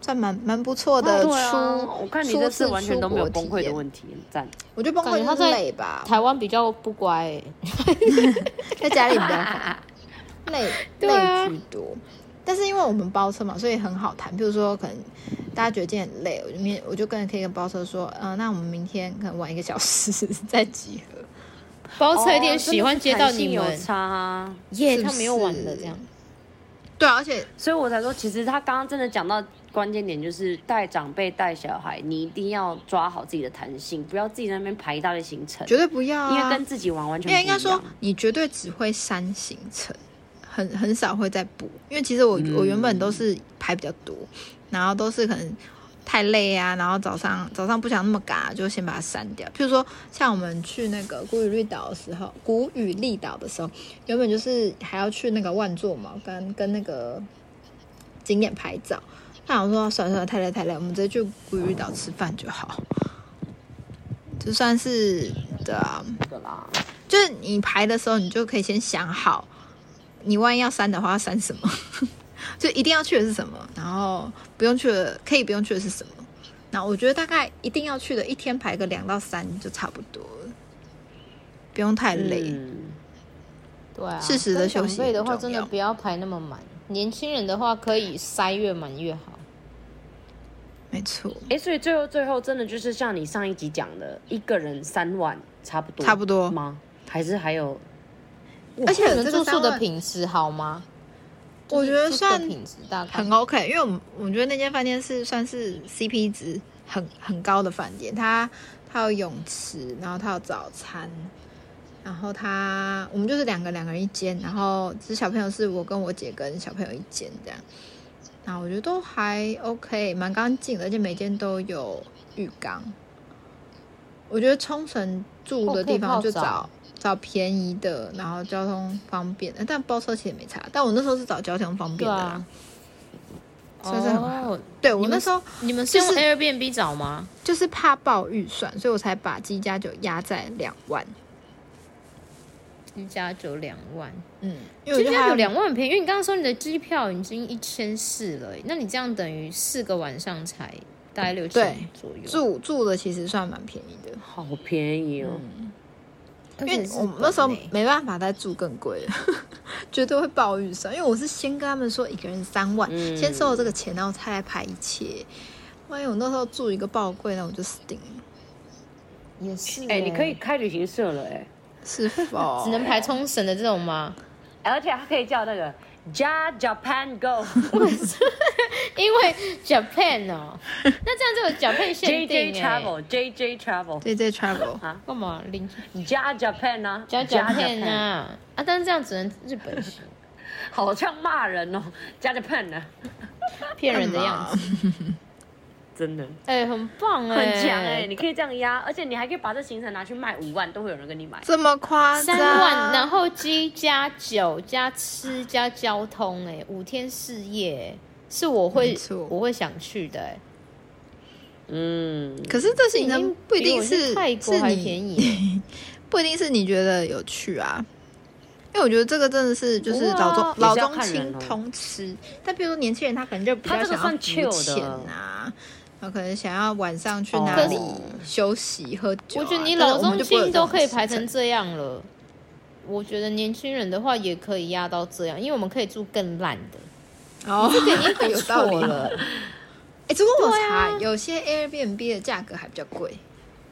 S3: 算蛮蛮不错的出、
S1: 对啊，我看你这次完全都没有崩溃的
S3: 题。
S1: 问题，赞。
S3: 我觉得崩
S2: 感
S3: 溃
S2: 觉他
S3: 就是
S2: 在
S3: 累吧，
S2: 台湾比较不乖欸，
S3: 在家里比较 好累
S2: 对啊
S3: 累居多。但是因为我们包车嘛，所以很好谈。比如说，可能大家觉得今天很累，我就明我就跟可以跟包车说，嗯、那我们明天可能晚一个小时 再集合。
S2: 包车有
S1: 哦
S2: 点喜欢接到你
S3: 哦
S1: 真的是弹性
S2: 们
S1: 有，差啊。
S2: 耶，
S3: 是不
S2: 他们又晚
S3: 是
S2: 了这样。
S3: 对、啊，而且
S1: 所以我才说，其实他刚刚真的讲到关键点，就是带长辈带小孩，你一定要抓好自己的弹性，不要自己在那边排一大堆行程，
S3: 绝对不要
S1: 因为
S3: 啊
S1: 跟！自己玩完全
S3: 因
S1: 不一样。
S3: 为应该说，你绝对只会删行程，很很少会再补。因为其实我、
S1: 嗯
S3: 我原本都是排比较多，然后都是可能太累啊，然后早上早上不想那么赶，就先把它删掉。譬如说，像我们去那个古语绿岛的时候，古语绿岛的时候，原本就是还要去那个万座毛跟跟那个景点拍照。那我说算了算了，太累太累，我们直接去古语绿岛吃饭就好。就算是对啊，
S1: 的啦，
S3: 就是你排的时候，你就可以先想好，你万一要删的话要删什么， 就一定要去的是什么，然后不用去的可以不用去的是什么。那我觉得大概一定要去的，一天排个两到三就差不多了，不用太累。
S1: 嗯
S2: 对啊，
S3: 适时地
S2: 跟
S3: 休息
S2: 长辈的
S3: 很
S2: 话，
S3: 重
S2: 真的
S3: 要
S2: 不要排那么满。年轻人的话，可以塞越满越好。
S3: 没错，
S1: 哎、所以最后最后真的就是像你上一集讲的，一个人三万差不多，
S3: 差不多
S1: 吗？还是还有
S3: 而且
S2: 你们
S3: 嗯这个
S2: 住宿
S3: 三万
S2: 的品质好吗？
S3: 我觉得
S2: 住宿的
S3: 算
S2: 品质大概
S3: 很 OK，因为我们我觉得那间饭店是算是 CP 值很很高的饭店，它它有泳池，然后它有早餐，然后它我们就是两个两个人一间，然后其实小朋友是我跟我姐跟小朋友一间这样，然后我觉得都还 OK，蛮干净的，而且每间都有浴缸。我觉得冲绳住
S2: 哦
S3: 的
S2: 可以
S3: 地方
S2: 泡
S3: 就
S2: 澡
S3: 找找便宜的，然后交通方便，呃但包车其实也没差。但我那时候是找交通方便的
S2: 啊
S3: 啦，，所以是很好。
S2: 哦，
S3: 对我
S2: 你们
S3: 那时候
S2: 你们是用
S3: 就是
S2: Airbnb 找吗？
S3: 就是怕爆预算，所以我才把机加酒压在两万。
S2: 一加酒两万，
S3: 嗯，因为我
S2: 机
S3: 觉得
S2: 票
S3: 它
S2: 有两万很便宜，因为你刚刚说你的机票已经一千四了，那你这样等于四个晚上才大概六千
S3: 对
S2: 左右，
S3: 住住的其实算蛮便宜的，
S1: 好便宜哦。
S3: 嗯
S2: 而
S3: 因
S2: 且
S3: 为
S2: 是
S3: 我们那时候
S2: 本欸
S3: 没办法再住更贵了， 绝对会爆预算。因为我是先跟他们说一个人三万，
S1: 嗯
S3: 先收了这个钱，然后再来排一切。万一我那时候住一个爆贵，那我就死定了。
S2: 也是
S1: 哎、
S2: 欸，
S1: 你可以开旅行社了哎、
S3: 是 否？
S2: 只能排冲绳的这种吗？
S1: 而且还可以叫那个 Ja Japan Go
S2: 因为 Japan 哦，那这样就有 Japan 限
S1: J
S2: 定
S1: J
S2: 哎、
S1: Travel J J Travel
S3: J J Travel
S2: 干嘛零
S1: Ja Japan 啊
S2: 加 Japan
S1: Ja
S2: 啊啊？但是这样只能日本行，
S1: Japan，好像骂人哦，Ja Japan 啊，
S2: 骗人的样子。
S3: 子，
S1: 真的
S2: 哎、很棒哎、
S1: 很强哎、你可以这样压，而且你还可以把这行程拿去卖五万，都会有人跟你买。
S3: 这么夸张？
S2: 三万，然后鸡加酒加吃加交通、哎，五天四夜、哎是我会
S3: 没错
S2: 我会想去的、哎，
S1: 嗯，
S3: 可是这行
S2: 已
S3: 程
S2: 经
S3: 不一
S2: 比我
S3: 定
S2: 去
S3: 是
S2: 泰国
S3: 是
S2: 还
S3: 你
S2: 便 宜、
S3: 不一定是你觉得有趣啊，因为我觉得这个真的是就是
S2: 不会啊
S3: 老中、
S1: 也
S3: 老
S1: 是要
S3: 中
S1: 看人
S3: 青
S2: 啊
S1: 哦
S3: 同吃，但比如说年轻人他可能就比
S1: 他
S3: 较
S1: 这个
S3: 想要
S1: 算 chill
S3: 浮
S1: 的
S3: 潜啊，然后可能想要晚上去哪
S1: 哦
S3: 里休息、喝酒
S2: 我
S3: 啊、
S2: 觉得你
S3: 但是
S2: 老
S3: 我们
S2: 中
S3: 就不会有
S2: 青都
S3: 这种
S2: 可以排
S3: 行
S2: 成
S3: 程
S2: 这样了，我觉得年轻人的话也可以压到这样，因为我们可以住更烂的，
S3: 哦，这
S2: 已经不
S3: 有道
S2: 错
S3: 理。
S2: 了。
S3: 哎，只不过我
S2: 啊
S3: 查、有些 Airbnb 的价格还比较贵，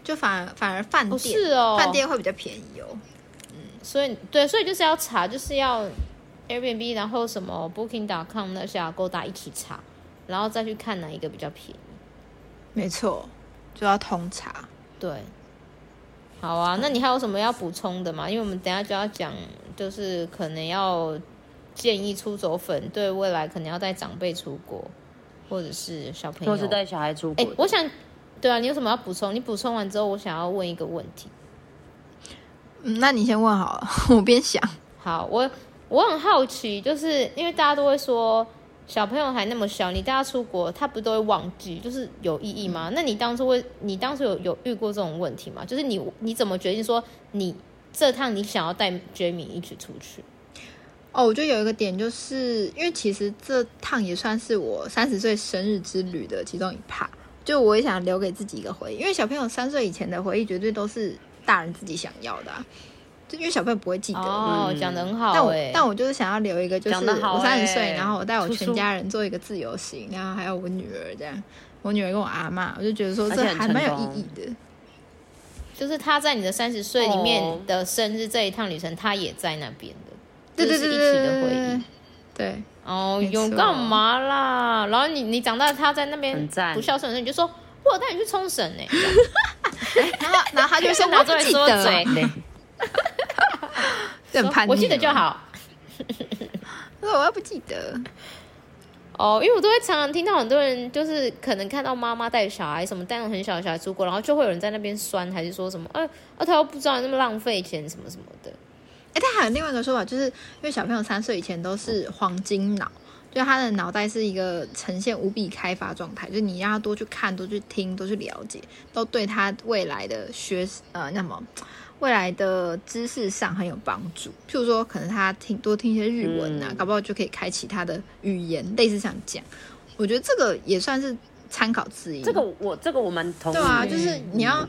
S3: 就反而反而 饭
S2: 哦
S3: 店
S2: 是哦
S3: 饭店会比较便宜哦。
S2: 所以对，所以就是要查，就是要 Airbnb，然后什么 Booking.com 那些 Agoda 一起查，然后再去看哪一个比较便宜。
S3: 没错，就要通查。
S2: 对，好啊，那你还有什么要补充的吗？因为我们等一下就要讲，就是可能要建议出走粉对未来可能要带长辈出国，或者是小朋友。
S1: 都是带小孩出国
S2: 哎、
S1: 的。
S2: 我想，对啊，你有什么要补充？你补充完之后，我想要问一个问题。
S3: 嗯，那你先问好了， 我边想。
S2: 好，我我很好奇，就是因为大家都会说小朋友还那么小，你带他出国，他不都会忘记，就是有意义吗？那你当初会，你当初有有遇过这种问题吗？就是你你怎么决定说你这趟你想要带 Jamie 一起出去？
S3: 哦，我觉得有一个点，就是因为其实这趟也算是我三十岁生日之旅的其中一 part，就我也想留给自己一个回忆，因为小朋友三岁以前的回忆绝对都是大人自己想要的、啊，就因为小朋友不会记得。
S2: 哦，
S1: 嗯
S2: 讲的很
S3: 但
S2: 好
S3: 我
S2: 哎、
S3: 但我就是想要留一个，就是
S1: 讲得好
S3: 我三十岁，
S1: 欸
S3: 然后我带我
S1: 叔叔
S3: 全家人做一个自由行，然后还有我女儿这样，我女儿跟我阿妈，我就觉得说
S1: 而
S3: 这
S1: 且很
S3: 还蛮有
S1: 成功
S3: 意义的。
S2: 就是他在你的三十岁里
S1: 哦
S2: 面的生日这一趟旅程，他也在那边的，
S3: 对
S2: 就
S3: 对
S2: 是
S3: 对
S2: 一
S3: 对
S2: 起
S3: 对
S2: 的
S3: 对
S2: 回
S3: 对
S2: 忆。
S3: 对，
S2: 哦，
S3: 没
S2: 有
S3: 错
S2: 干嘛啦？然后你你长大，他在那边
S1: 很赞
S2: 不孝顺的时候，你就说，我有带你去冲绳 呢、欸，
S3: 然后然后他就会说
S2: 拿
S3: 我
S2: 出
S3: 不
S2: 来
S3: 记
S2: 说
S3: 得
S2: 嘴
S3: 啊，，就很
S2: 说
S3: 叛逆。啊
S2: 我记得就，好。
S3: 他说我又不记得。
S2: 哦，因为我都会常常听到很多人，就是可能看到妈妈带小孩什么带那种很小的小孩出国，然后就会有人在那边酸，还是说什么，哎、啊，他又不知道你那么浪费钱什么什么的。
S3: 哎、但还有另外一个说法，就是因为小朋友三岁以前都是黄金脑，就他的脑袋是一个呈现无比开发状态，就是你让他多去看、多去听、多去了解，都对他未来的学呃那么未来的知识上很有帮助。譬如说，可能他听多听一些日文啊，
S1: 嗯
S3: 搞不好就可以开启他的语言，类似像这样。我觉得这个也算是参考之一。
S1: 这个我这个我蛮同意
S3: 对
S1: 的，
S3: 啊，就是你要。嗯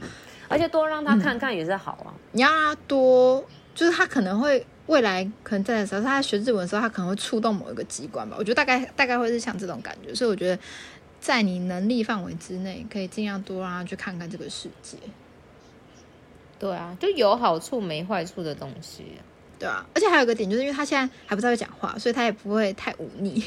S1: 而且多让他看看也是好啊。
S3: 你要让他多，就是他可能会未来可能在的时候，他在学日文的时候，他可能会触动某一个机关吧。我觉得大概大概会是像这种感觉，所以我觉得在你能力范围之内，可以尽量多让他去看看这个世界，
S2: 对啊，就有好处没坏处的东西、
S3: 对啊。而且还有一个点，就是因为他现在还不太会讲话，所以他也不会太忤逆。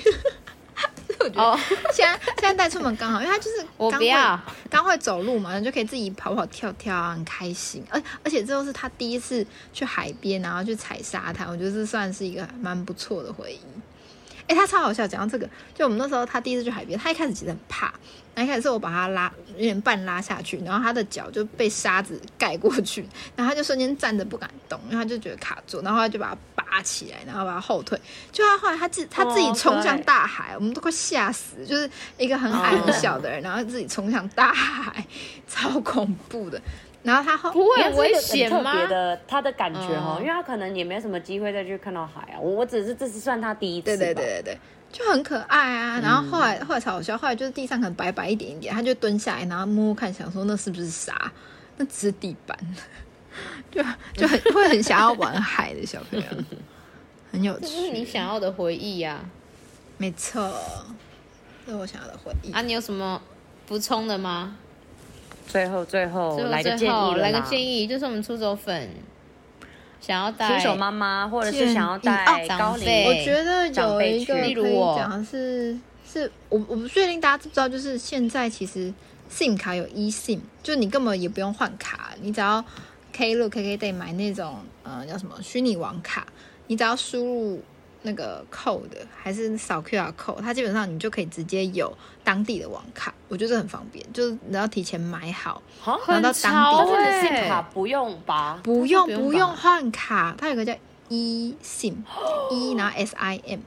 S2: 哦，
S3: 现在现在带出门刚好，因为他就是
S2: 我
S3: 刚
S2: 不
S3: 会
S2: 要，
S3: 刚会走路嘛，然后就可以自己跑跑跳跳啊，很开心。而而且这又是他第一次去海边，然后去踩沙滩，我觉得这算是一个蛮不错的回忆。哎、他超好笑。讲到这个，就我们那时候他第一次去海边，他一开始其实很怕，那一开始是我把他拉，有点半拉下去，然后他的脚就被沙子盖过去，然后他就瞬间站着不敢动，因为他就觉得卡住，然后他就把他拔起来，然后把他后退。就他后来他自他自己
S2: 哦
S3: 冲向
S2: 对
S3: 大海，我们都快吓死，就是一个很矮很
S1: 哦
S3: 小的人，然后自己冲向大海，超恐怖的。然后他后
S2: 不会
S1: 你看
S2: 很
S1: 这个
S2: 危险
S1: 很
S2: 吗
S1: 特？别的，他的感觉哦，
S2: 嗯
S1: 因为他可能也没有什么机会再去看到海啊。我我只是这是算他第一次
S3: 对
S1: 吧，
S3: 对对对对，就很可爱啊。
S2: 嗯
S3: 然后后来、后来超好笑，后来就是地上可能白白一点一点，他就蹲下来，然后摸摸看，想说那是不是沙？那只是地板， 就就很会很想要玩海的小朋友，很有
S2: 这就是你
S3: 趣。
S2: 想要的回忆啊呀、
S3: 没错，这是我想要的回忆
S2: 啊！。你有什么补充的吗？
S1: 最后最后
S2: 最后
S1: 哦来个
S2: 最
S1: 建
S2: 后
S1: 议
S2: 来个建
S1: 议，
S2: 议，就是我们出走粉想要带
S1: 新手妈妈或者
S3: 建
S1: 是
S3: 议
S1: 想要
S3: 哦
S1: 带高
S2: 长
S1: 龄
S2: 辈
S3: 我觉得有一
S1: 哎
S3: 个
S1: 长辈
S3: 可
S1: 去
S2: 例如
S3: 以
S2: 我
S3: 讲是是，我我不确定大家知不知道，就是现在其实 SIM 卡有 eSIM，就你根本也不用换卡，你只要 Klook、KKday 买那种呃叫什么虚拟网卡，你只要输入那个 code 还是扫 QR code，它基本上你就可以直接有当地的网卡，我觉得这很方便，就是你要提前买好，
S1: 好，
S3: 拿
S2: 很
S3: 到当
S1: 但
S3: 地
S2: 潮
S1: 是你
S2: 欸
S1: 哦的信卡不用吧？
S3: 不用
S2: 不用
S3: 不用
S2: 吧
S3: 换卡，它有个叫 eSIM，E 然后 SIM。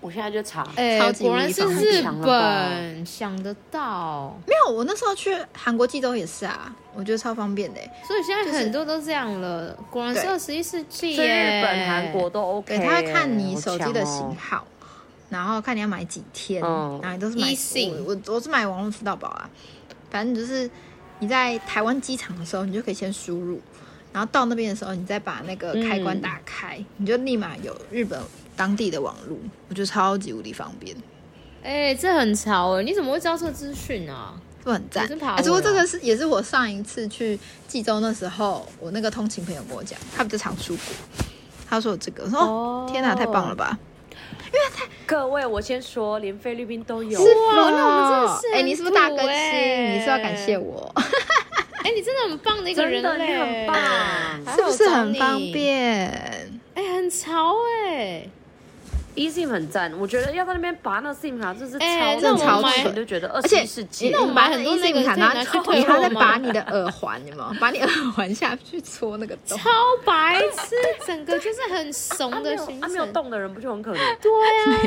S1: 我现在就查，
S2: 哎、
S3: 超级
S2: 果然
S3: 迷
S2: 是
S3: 茫
S2: 日
S1: 强了吧
S2: 本，想得到。
S3: 没有，我那时候去韩国济州也是啊，我觉得超方便的欸。
S2: 所以现在
S3: 就是
S2: 很多都这样了，果然是
S3: 对
S2: 二十一世纪
S1: 所以
S2: 耶。
S1: 日本、韩国都 OK，
S3: 对，他会
S1: 耶
S3: 看你手机的。
S1: 好
S3: 型
S1: 强哦
S3: 号，然后看你要买几天，
S1: 嗯
S3: 然后你都是买
S2: 一信
S3: 我我我是买网络吃到饱啊，反正就是你在台湾机场的时候，你就可以先输入，然后到那边的时候，你再把那个开关
S1: 嗯
S3: 打开，你就立马有日本当地的网络，我觉得超级无敌方便，
S2: 哎、这很潮哎！你怎么会知道这个资讯啊？
S3: 是不是很赞
S2: 也是爬。
S3: 哎，不过
S2: 文
S3: 这
S2: 啊
S3: 个是也是我上一次去济州那时候，我那个通勤朋友跟我讲，他比较常出国，他说有这个，我说哦，天哪，太棒了吧！
S1: 各位，我先说，连菲律宾都有
S3: 是。
S2: 哇那我们真的
S3: 哦
S2: 是
S3: 哎、
S2: 很
S3: 你是不是大
S2: 土
S3: 更新？
S2: 哎
S3: 你是不是要感谢我，
S2: 哎、你真的很棒的一个
S1: 真
S2: 人
S1: 的，
S2: 类，欸
S1: 你很棒，啊
S2: 还好
S3: 是不是
S2: 找
S3: 很方
S2: 你？
S3: 便？
S2: 哎、很潮哎！
S1: eSIM E 很赞。我觉得要在那边拔那 SIM 卡，这是超
S2: 哎
S1: 那
S2: 这
S1: 种
S2: 种
S1: 超
S2: 买
S1: 蠢，就觉得二
S3: 而
S1: 十
S3: 且
S1: 一世纪嗯
S3: 你
S2: 那
S3: 那
S2: 我
S3: 种
S2: 买很
S3: 买很
S2: 多
S3: 多
S2: 那
S3: 那
S2: 个可以
S3: 个卡，然
S2: 拿去
S3: 后
S2: 退
S3: 你还
S2: 货
S3: 在
S2: 吗
S3: 把你的耳环，有没有？把你耳环下去戳那个 洞。
S2: 超白痴，整个就是很怂
S1: 啊没
S2: 的
S1: 有
S2: 行
S1: 啊没有
S2: 程。
S1: 动的人不就很可怜？
S2: 对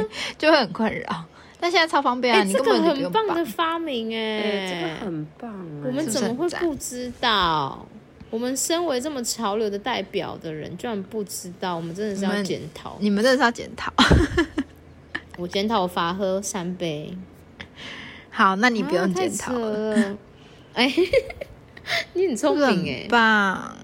S2: 啊，
S3: 就会很困扰。但现在超方便啊，
S2: 哎、
S3: 你
S2: 这
S3: 根
S2: 个
S3: 本就不
S2: 很
S3: 用
S2: 棒的
S3: 绑
S2: 发明哎、
S1: 哎，这个很棒哎。
S2: 我们
S3: 是不
S2: 怎
S3: 是
S2: 么
S3: 很
S2: 会
S3: 赞
S2: 不知道？我们身为这么潮流的代表的人，居然不知道，我们真的是
S3: 你
S2: 要
S3: 们
S2: 检讨。
S3: 你们真的是要检讨。
S2: 我检讨，我罚喝三杯。
S3: 好，那你不
S2: 啊
S3: 用
S2: 太
S3: 检讨
S2: 扯
S3: 了，
S2: 了。 哎、你很聪
S3: 是不是
S2: 明哎
S3: 很、棒。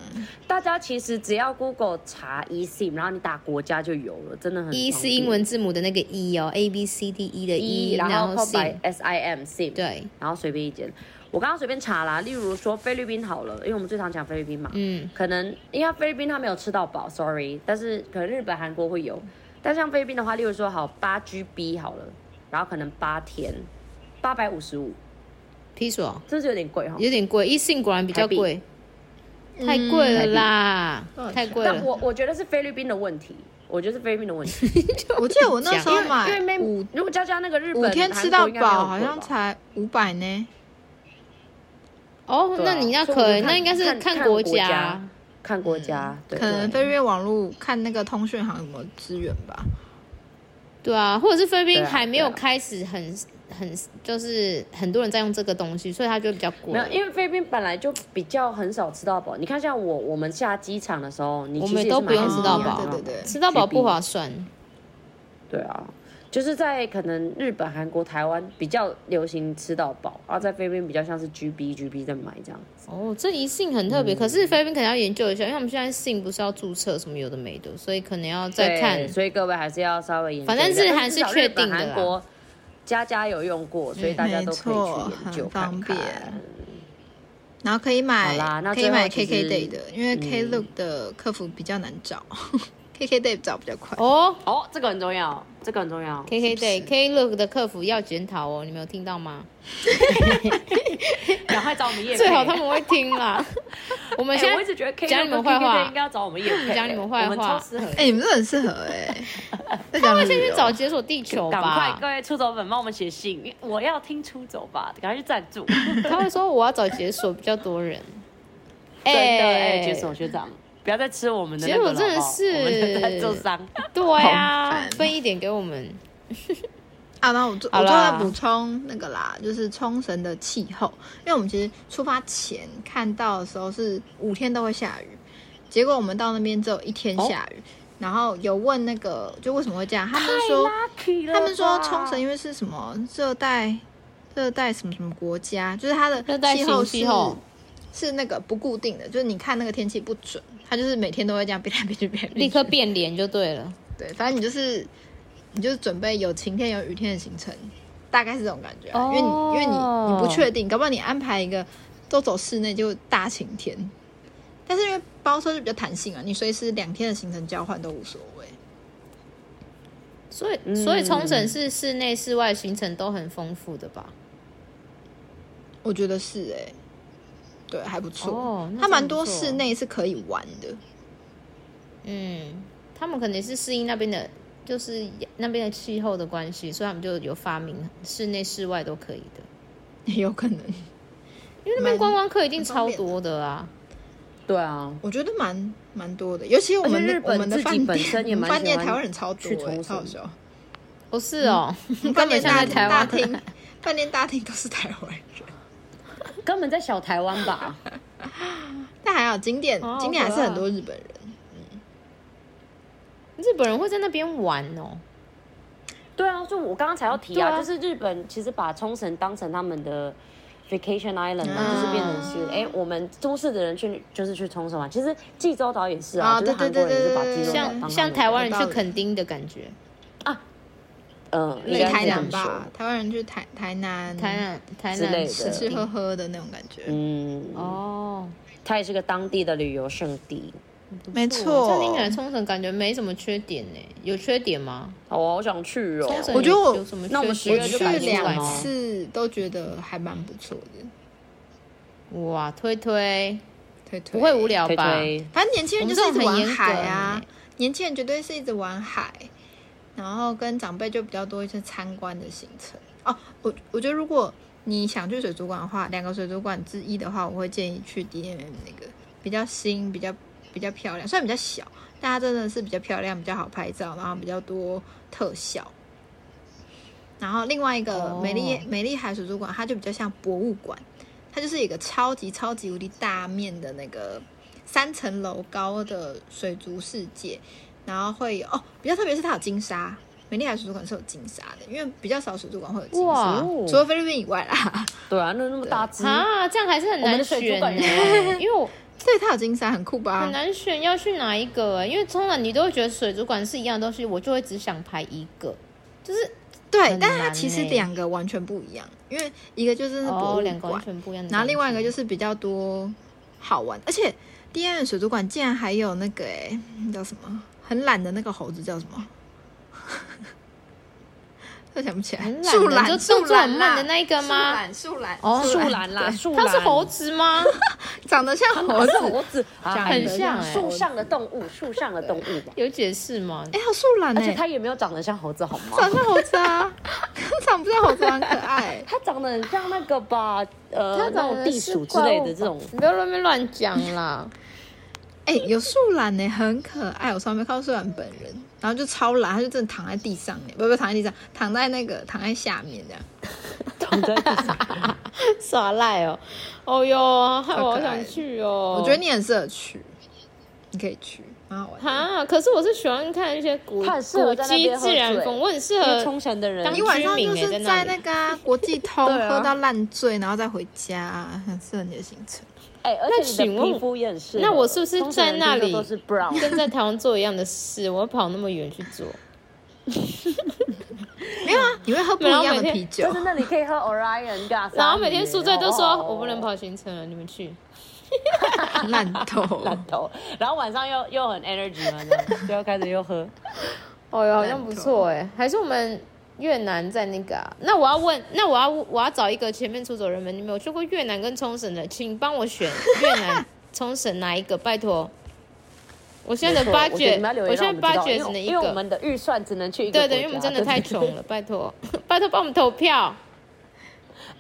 S1: 大家其实只要 Google 查 eSIM，然后你打国家就有了，真的很。
S2: E 一是英文字母的那个 E 哦，A B C D E 的
S1: E，
S2: E，
S1: 然后
S2: 后
S1: 后来 SIM SIM，
S2: 对，
S1: 然后随便一间。我刚刚随便查啦，例如说菲律宾好了，因为我们最常讲菲律宾嘛，
S2: 嗯，
S1: 可能因为菲律宾它没有吃到饱，sorry，但是可能日本、韩国会有。但像菲律宾的话，例如说好八 GB 好了，然后可能八天，八百五十五，
S2: 批索
S1: 这是有点贵哈。
S2: 有点贵，一信果然比较
S1: 台币
S2: 贵，太贵了
S1: 台币
S2: 啦，
S3: 嗯
S2: 太贵
S1: 嗯但
S2: 了。
S1: 我我觉得是菲律宾的问题，我觉得是菲律宾的问题，
S3: 我记得我那时候
S1: 嗯因为
S3: 买
S1: 妹
S3: 五
S1: 如果加加那个日本
S3: 五天吃到饱，
S1: 韩国应该
S3: 好像。
S1: 没有贵吧
S3: 才五百呢。
S2: 哦，
S1: 对啊
S2: 那你那
S1: 所以我
S2: 可
S1: 就
S2: 以，
S1: 看
S2: 那应该是
S1: 看
S2: 看
S1: 看
S2: 国
S1: 国
S2: 家嗯
S1: 家。看国家，对，
S3: 可
S1: 对
S3: 能飞瑞网络看那个通讯行有没有资源吧。
S2: 对啊，或者是菲律宾
S1: 对啊
S2: 还没有
S1: 对啊
S2: 开始很很就是很多人在用这个东西，所以它就比较贵
S1: 没。有，因为菲律宾本来就比较很少吃到饱。你看，像我我们下机场的时候，你
S2: 我
S1: 其
S2: 们
S1: 实也
S2: 都
S1: 是
S2: 不用
S1: 买
S2: 吃
S1: 很
S2: 到
S1: 低啊
S2: 饱
S3: 对对对
S2: 吃到饱
S1: 去冰
S2: 不划算，
S1: 对啊，就是在可能日本、韩国、台湾比较流行吃到饱，然后在菲律宾比较像是 GB GB 在买这样子。
S2: 哦，这一信很
S1: 嗯
S2: 特别，可是菲律宾可能要研究一下，因为他们现在信不是要注册什么有的没的，所以可能要再看
S1: 对。所以各位还是要稍微研究一下。
S2: 反正日韩
S1: 但
S2: 是
S1: 至少
S2: 确
S1: 日本
S2: 定的啦
S1: 韩国家家有用过，所以大家
S3: 嗯没
S1: 都可以
S3: 错
S1: 去研究
S3: 很
S1: 看
S3: 方
S1: 看。
S3: 便然后可以买
S1: 好啦那
S3: 可
S1: 最
S3: 以
S1: 后
S3: 买
S1: 其
S3: KK
S1: 实
S3: Day 的，因为
S1: 嗯
S3: Klook 的客服比较难找。 KKday 找比较快。
S2: 哦
S1: 哦，这个很重要，这个很重要。
S2: ，K K Day K Look 的客服要检讨哦，你没有听到吗？
S1: 赶快找我们叶。
S2: 最好他们会听 啦。我们
S1: 哎
S2: 现
S1: 我一
S2: 在
S1: 直觉得 K
S2: 讲你们坏话
S1: 应该要找我们叶配，
S2: 讲你们坏话
S1: 我们超适 合。
S3: 哎、你们真的很适合哎、 在讲
S2: 会
S3: 旅
S2: 先去
S3: 游
S2: 找解锁地球
S1: 赶快，
S2: 吧
S1: 各。位出走粉帮我们写信，我要听出走吧，赶快去赞助。
S2: 他会说我要找解锁，比较多人。
S1: 真的哎，
S2: 哎
S1: 杰手学长，不要再吃我们的那
S2: 杰
S1: 个
S2: 手
S1: 了，
S2: 真的
S1: 好不好
S2: 是
S1: 我们在受伤。
S2: 哎对
S3: 好
S2: 呀
S3: 烦，
S2: 分一点给我们。
S3: 啊，然后我最
S2: 好
S3: 我最后
S2: 啦
S3: 再补充那个啦，就是冲绳的气候，因为我们其实出发前看到的时候是五天都会下雨，结果我们到那边只有一天下
S2: 哦
S3: 雨，然后有问那个就为什么会这样，他们就说他们说冲绳因为是什么热带热带什么什么国家，就是它的
S2: 热带
S3: 气候
S2: 型
S3: 是
S2: 气候
S3: 是那个不固定的，就是你看那个天气不准，它就是每天都会这样变 来变去变来
S2: 立
S3: 变去，
S2: 刻变脸就对了。
S3: 对，反正你就是你就是准备有晴天有雨天的行程，大概是这种感觉啊、因为
S2: 哦
S3: 你因为你你不确定，搞不好你安排一个都走室内就大晴天，但是因为包车就比较弹性啊，你随时两天的行程交换都无所谓。
S2: 所
S3: 嗯
S2: 以，所以冲绳是室内室外行程都很丰富的吧？
S3: 我觉得是哎、对，还不错，
S2: 哦那
S3: 它蛮
S2: 真的不
S3: 多
S2: 错
S3: 室内是可以玩的。
S2: 嗯，他们可能是适应那边的，就是那边的气候的关系，所以他们就有发明室内室外都可以的。
S3: 也有可能，
S2: 因为那边
S3: 蛮
S2: 观光客一定
S3: 蛮方
S2: 超
S3: 便的嗯
S2: 多的啊。
S1: 对啊，
S3: 我觉得蛮蛮多的，尤其我
S1: 而且
S3: 们的
S1: 日
S3: 我
S1: 本
S3: 们的
S1: 自己
S3: 饭店，
S1: 本身也
S3: 我们
S1: 蛮
S3: 饭店
S1: 喜欢
S3: 台湾人超多、
S1: 去冲
S3: 欸，
S1: 绳
S3: 超好笑。
S2: 不是 哦，
S3: 饭
S2: 根
S3: 店
S2: 本像在
S3: 大
S2: 台
S3: 大
S2: 湾。
S3: 厅，饭店大厅都是台湾人，
S1: 根本在小台湾 吧？
S3: 但还好景点
S2: 哦
S3: 景点还是很多日本人。
S2: 日本人会在那边玩哦。
S1: 对啊，就我刚刚才要提
S2: 对
S1: 啊，
S2: 啊
S1: 就是日本其实把冲绳当成他们的 vacation island，嘛、
S3: 嗯
S1: 就是变成是哎、我们都市的人去就是去冲绳嘛。其实济州岛也是啊，
S3: 啊
S1: 就是
S3: 对
S1: 韩
S3: 对
S1: 国人也是把
S3: 对
S1: 济
S3: 对
S1: 州岛当他们的
S2: 像像台湾人
S3: 有
S2: 去
S3: 道理
S2: 垦丁的感觉，
S1: 嗯，应
S3: 去
S1: 该是
S3: 台
S1: 这样
S3: 南
S1: 说
S3: 吧，台湾人去台台南，
S2: 台南台
S1: 之类
S2: 南
S1: 的
S2: 垦
S3: 吃
S2: 丁
S3: 吃喝喝嗯的那种感觉。
S1: 嗯，
S2: 哦，
S1: 它也是个当地的旅游胜地。
S3: 没
S2: 这
S3: 错
S2: 样，听起来冲绳感觉没什么缺点呢，有缺点吗？
S1: 好啊，我想去哦。
S2: 冲绳
S3: 我觉得
S2: 有
S3: 我
S2: 有什么缺点？
S1: 那我们十
S3: 我
S1: 月就
S3: 去
S1: 改天
S3: 两
S1: 来
S3: 次都觉得还蛮不错的，
S2: 哇，推推
S3: 推
S2: 不
S3: 推
S2: 会无。聊
S1: 哦推
S2: 吧？
S1: 推，
S3: 反正年轻人就
S2: 我
S3: 是一
S2: 们这
S3: 直
S2: 种很
S3: 玩
S2: 严格
S3: 海啊
S2: 欸，
S3: 年轻人绝对是一直玩海，然后跟长辈就比较多一些参观的行程。哦，我我觉得如果你想去水族馆的话，两个水族馆之一的话，我会建议去 D M M 那个比较新、比较比较漂亮，虽然比较小，但它真的是比较漂亮、比较好拍照，然后比较多特效。然后另外一个
S2: 哦
S3: 美丽、美丽海水族馆，它就比较像博物馆，它就是一个超级超级无敌大面的那个三层楼高的水族世界，然后会有哦，比较特别是它有金沙，美丽海水族馆是有金沙的，因为比较少水族馆会有金
S2: 哇哦
S3: 沙，除了菲律宾以外啦。
S1: 对啊，那那么大只，
S2: 啊，这样还是很
S1: 我们
S2: 难
S1: 的水族
S2: 选
S1: 馆
S2: 呢
S1: 也，
S2: 因 为我
S3: 对，它有金沙，很酷吧
S2: 很？难选要去哪一个欸，因为通常你都会觉得水族馆是一样的东西，我就会只想排一个，就是
S3: 对，
S2: 很
S3: 但是它
S2: 难
S3: 其实
S2: 欸
S3: 两个完全不一样，因为一个就是博
S2: 哦，
S3: 物
S2: 两个完
S3: 馆，
S2: 全不一样的感觉。
S3: 嗯然后另外一个就是比较多好玩，而且 D N 水族馆竟然还有那个哎、叫什么很懒的那个猴子叫什么？ 都想不起来
S2: 很，懒
S3: 树
S2: 的就
S3: 懒，
S2: 动
S3: 树
S2: 作很
S3: 懒
S2: 慢的
S3: 啦
S2: 那一个吗
S3: 树懒，树懒，
S2: 哦
S1: 树懒啦，
S3: 对
S1: 树
S2: 它
S1: 懒，
S2: 是猴子吗？
S3: 长得像猴子
S1: 是，猴子，
S2: 像
S1: 很
S2: 很像欸
S1: 树上的动物，树上的动物吧。
S2: 有解释吗？
S3: 哎，还有树懒
S1: 而且
S3: 哎，
S1: 它也没有长得像猴子，好吗？
S3: 长得像猴子啊， 长不像猴子啊很可爱。
S1: 它长得很像那个吧，呃，
S2: 它
S1: 那
S2: 长
S1: 种
S2: 得
S1: 地
S2: 是
S1: 鼠之
S2: 怪
S1: 类
S2: 物
S1: 的
S2: 吧
S1: 这种。
S2: 你不要乱边乱讲 啦。
S3: 哎、有树懒呢，很可爱。我从来没看过树懒本人，然后就超懒，它就真的躺在地上呢，不不，躺在地上，躺在那个躺在下面这样。
S1: 躺在地 上，
S2: 耍赖哦，哦哟，害我好
S3: 超可爱
S2: 想
S3: 的
S2: 去哦。
S3: 我觉得你很适合去，你可以去，蛮好玩的。
S2: 啊，可是我是喜欢看一些古
S1: 他很适合
S2: 古
S1: 在那
S2: 迹
S1: 边喝
S2: 自然
S1: 水
S2: 风，我很适
S1: 因
S2: 合
S1: 为冲绳的人
S2: 当
S3: 你晚上
S2: 居
S3: 就
S2: 民欸
S3: 是
S2: 在那
S3: 在
S2: 里
S3: 那个、啊、国际通
S1: 对啊
S3: 喝到烂醉，然后再回家，很适合你的行程。
S1: 哎，而且你
S2: 请
S1: 的
S2: 问
S1: 皮肤也很适合。
S2: 那我是不是
S1: 冲绳人
S2: 在那
S1: 听说
S2: 里
S1: 都是 brown？
S2: 跟在台湾做一样的事，我要跑那么远去做。
S3: 没没有啊，你会喝不一样的啤酒
S1: 就。是那里可以喝 Orion 的，
S2: 然后每天宿醉都说
S1: 哦
S2: 我不能跑行程了，啊你们去。啊
S3: 烂透，
S1: 烂头，哦然后晚上又又很 energy 嘛，这 样就要开始又喝。
S2: 哦哟，好像不错
S1: 欸
S2: 哎，还是我们越南在那个啊？那我要问，那我要我要找一个前面出走人们，你们有去过越南跟冲绳的，请帮我选越 南、冲绳哪一个？拜托，我现在的
S1: 没错我觉得
S2: budget，
S1: 你们要留
S2: 我
S1: 言让
S2: 现
S1: 我
S2: 在
S1: 们知道
S2: budget
S1: 因
S2: 只
S1: 为
S2: 能一
S1: 因为我
S2: 个。
S1: 们的预算只能去一个
S2: 对
S1: 国家。
S2: 对，因为我们真的太穷了，拜托，拜托帮我们投票。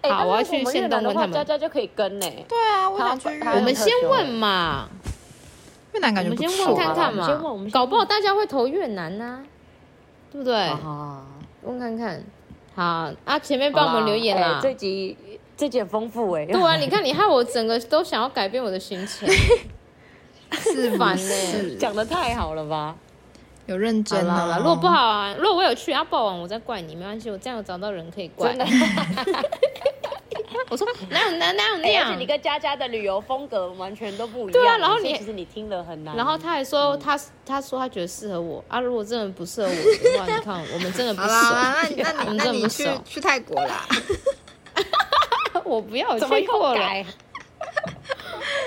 S1: 哎但是
S2: 好我要
S1: 如果
S2: 去
S1: 们
S2: 现
S1: 越南
S2: 动
S1: 的
S2: 问
S1: 话
S2: 他们
S1: 佳佳就可以跟呢。
S3: 对啊，我想去越
S1: 他
S3: 南，
S2: 我们
S1: 很
S2: 先
S1: 特
S2: 问嘛，
S3: 越南
S2: 我
S3: 感觉
S2: 们
S3: 不
S2: 先
S3: 错啊
S2: 问看看
S1: 我们先问我
S2: 嘛
S1: 们，先
S2: 搞不好大家会投越南呐，对不对？
S1: 啊，
S2: 问看看。好啊，前面帮我们留言
S1: 好啦
S2: 啦。
S1: 哎这集这集很丰富哎。
S2: 对啊，你看你害我整个都想要改变我的心情。
S3: 是不
S2: 烦
S3: 是
S2: 欸
S1: 讲的太好了吧？
S3: 有认
S2: 好
S3: 真
S2: 啦好啦，
S3: 啊？
S2: 如果不好啊，如果我有去阿爆网，我再怪你，没关系，我这样有找到人可以怪
S1: 真。的。
S2: 我说哪有哪哪有
S1: 哎而
S2: 那
S1: 且
S2: 样
S1: 你？跟佳佳的旅游风格完全都不一样。
S2: 啊对啊然后你
S1: 所以其实你听了很难。
S2: 然后他还说他他说他觉得适合我啊，如果真的不适合我的 话，你看我们真的不
S3: 好啦，
S2: 熟，
S3: 那你
S2: 我
S3: 那你
S2: 们
S3: 那
S2: 真的
S3: 你
S2: 不
S3: 去
S2: 熟。
S3: 去泰国啦，
S2: 我不要，我
S1: 怎么
S2: 去过
S1: 又
S2: 了，
S1: 改？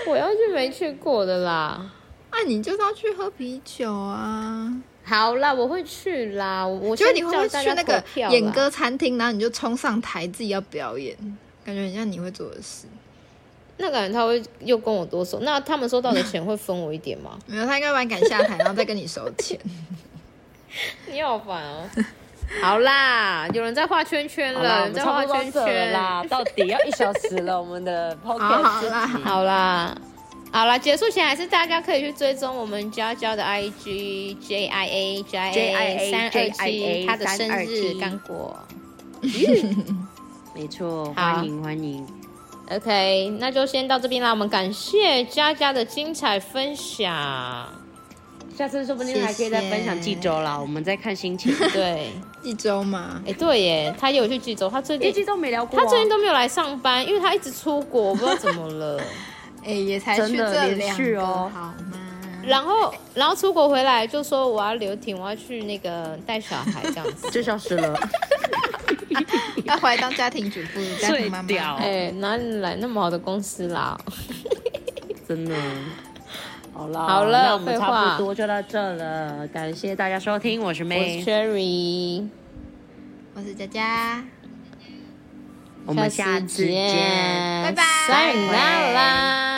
S2: 我要去没去过的啦。
S3: 啊，你就是要去喝啤酒啊。
S2: 好啦，我会去啦。我我
S3: 就是
S2: 先
S3: 你会不
S2: 叫
S3: 会
S2: 大
S3: 去
S2: 家
S3: 那个
S2: 投票啦
S3: 演歌餐厅，然后你就冲上台自己要表演，感觉很像你会做的事。
S2: 那个人他会又跟我多收，那他们收到的钱会分我一点 吗？
S3: 没有，他应该把你赶下台，然后再跟你收钱。
S2: 你好烦哦。好啦，有人在画圈圈
S1: 好啦我
S2: 了，有人
S1: 们
S2: 在
S1: 差
S2: 画
S1: 不多到
S2: 圈
S1: 这了
S2: 圈。
S1: 啦，到底要一小时了，我们的
S3: 好
S1: podcast
S3: 好
S1: 自己
S3: 啦，
S2: 好啦，好啦，结束前还是大家可以去追踪我们娇娇的 IG J I A J
S1: JIA
S2: 三二七，
S1: JIA
S2: 她的生
S1: 327
S2: 日刚过。
S1: 没错，
S2: 好
S1: 欢迎欢迎。
S2: OK，那就先到这边啦。我们感谢佳佳的精彩分享。
S1: 下次说不定还可以再分享济州啦，我们再看 心情。
S2: 对，
S3: 一周嘛
S2: 哎、，对耶，她也有去济州，她最
S1: 因为
S2: 近
S1: 济州没聊过啊，
S2: 她最近都没有来上班，因为她一直出国，我不知道怎么 了。
S3: 哎、也才
S1: 真
S3: 去
S1: 的
S3: 这
S1: 连
S3: 两
S1: 续
S3: 个，
S1: 哦
S3: 好吗？
S2: 然后，然后出国回来就说我要留停，我要去那个带小孩这样子。
S1: 就消失了。
S3: 要回来当家庭主妇、家庭妈
S1: 最
S3: 妈
S1: 屌。
S2: 哎、哪里来那么好的公司啦？
S1: 真的。好了，
S2: 好了
S1: 那我们
S2: 废
S1: 差
S2: 话
S1: 不多就到这了，感谢大家收听，我是
S2: 我是
S1: May，
S2: Cherry，
S3: 我是佳佳，
S1: 我们下次见，
S3: 拜拜
S2: 再见啦。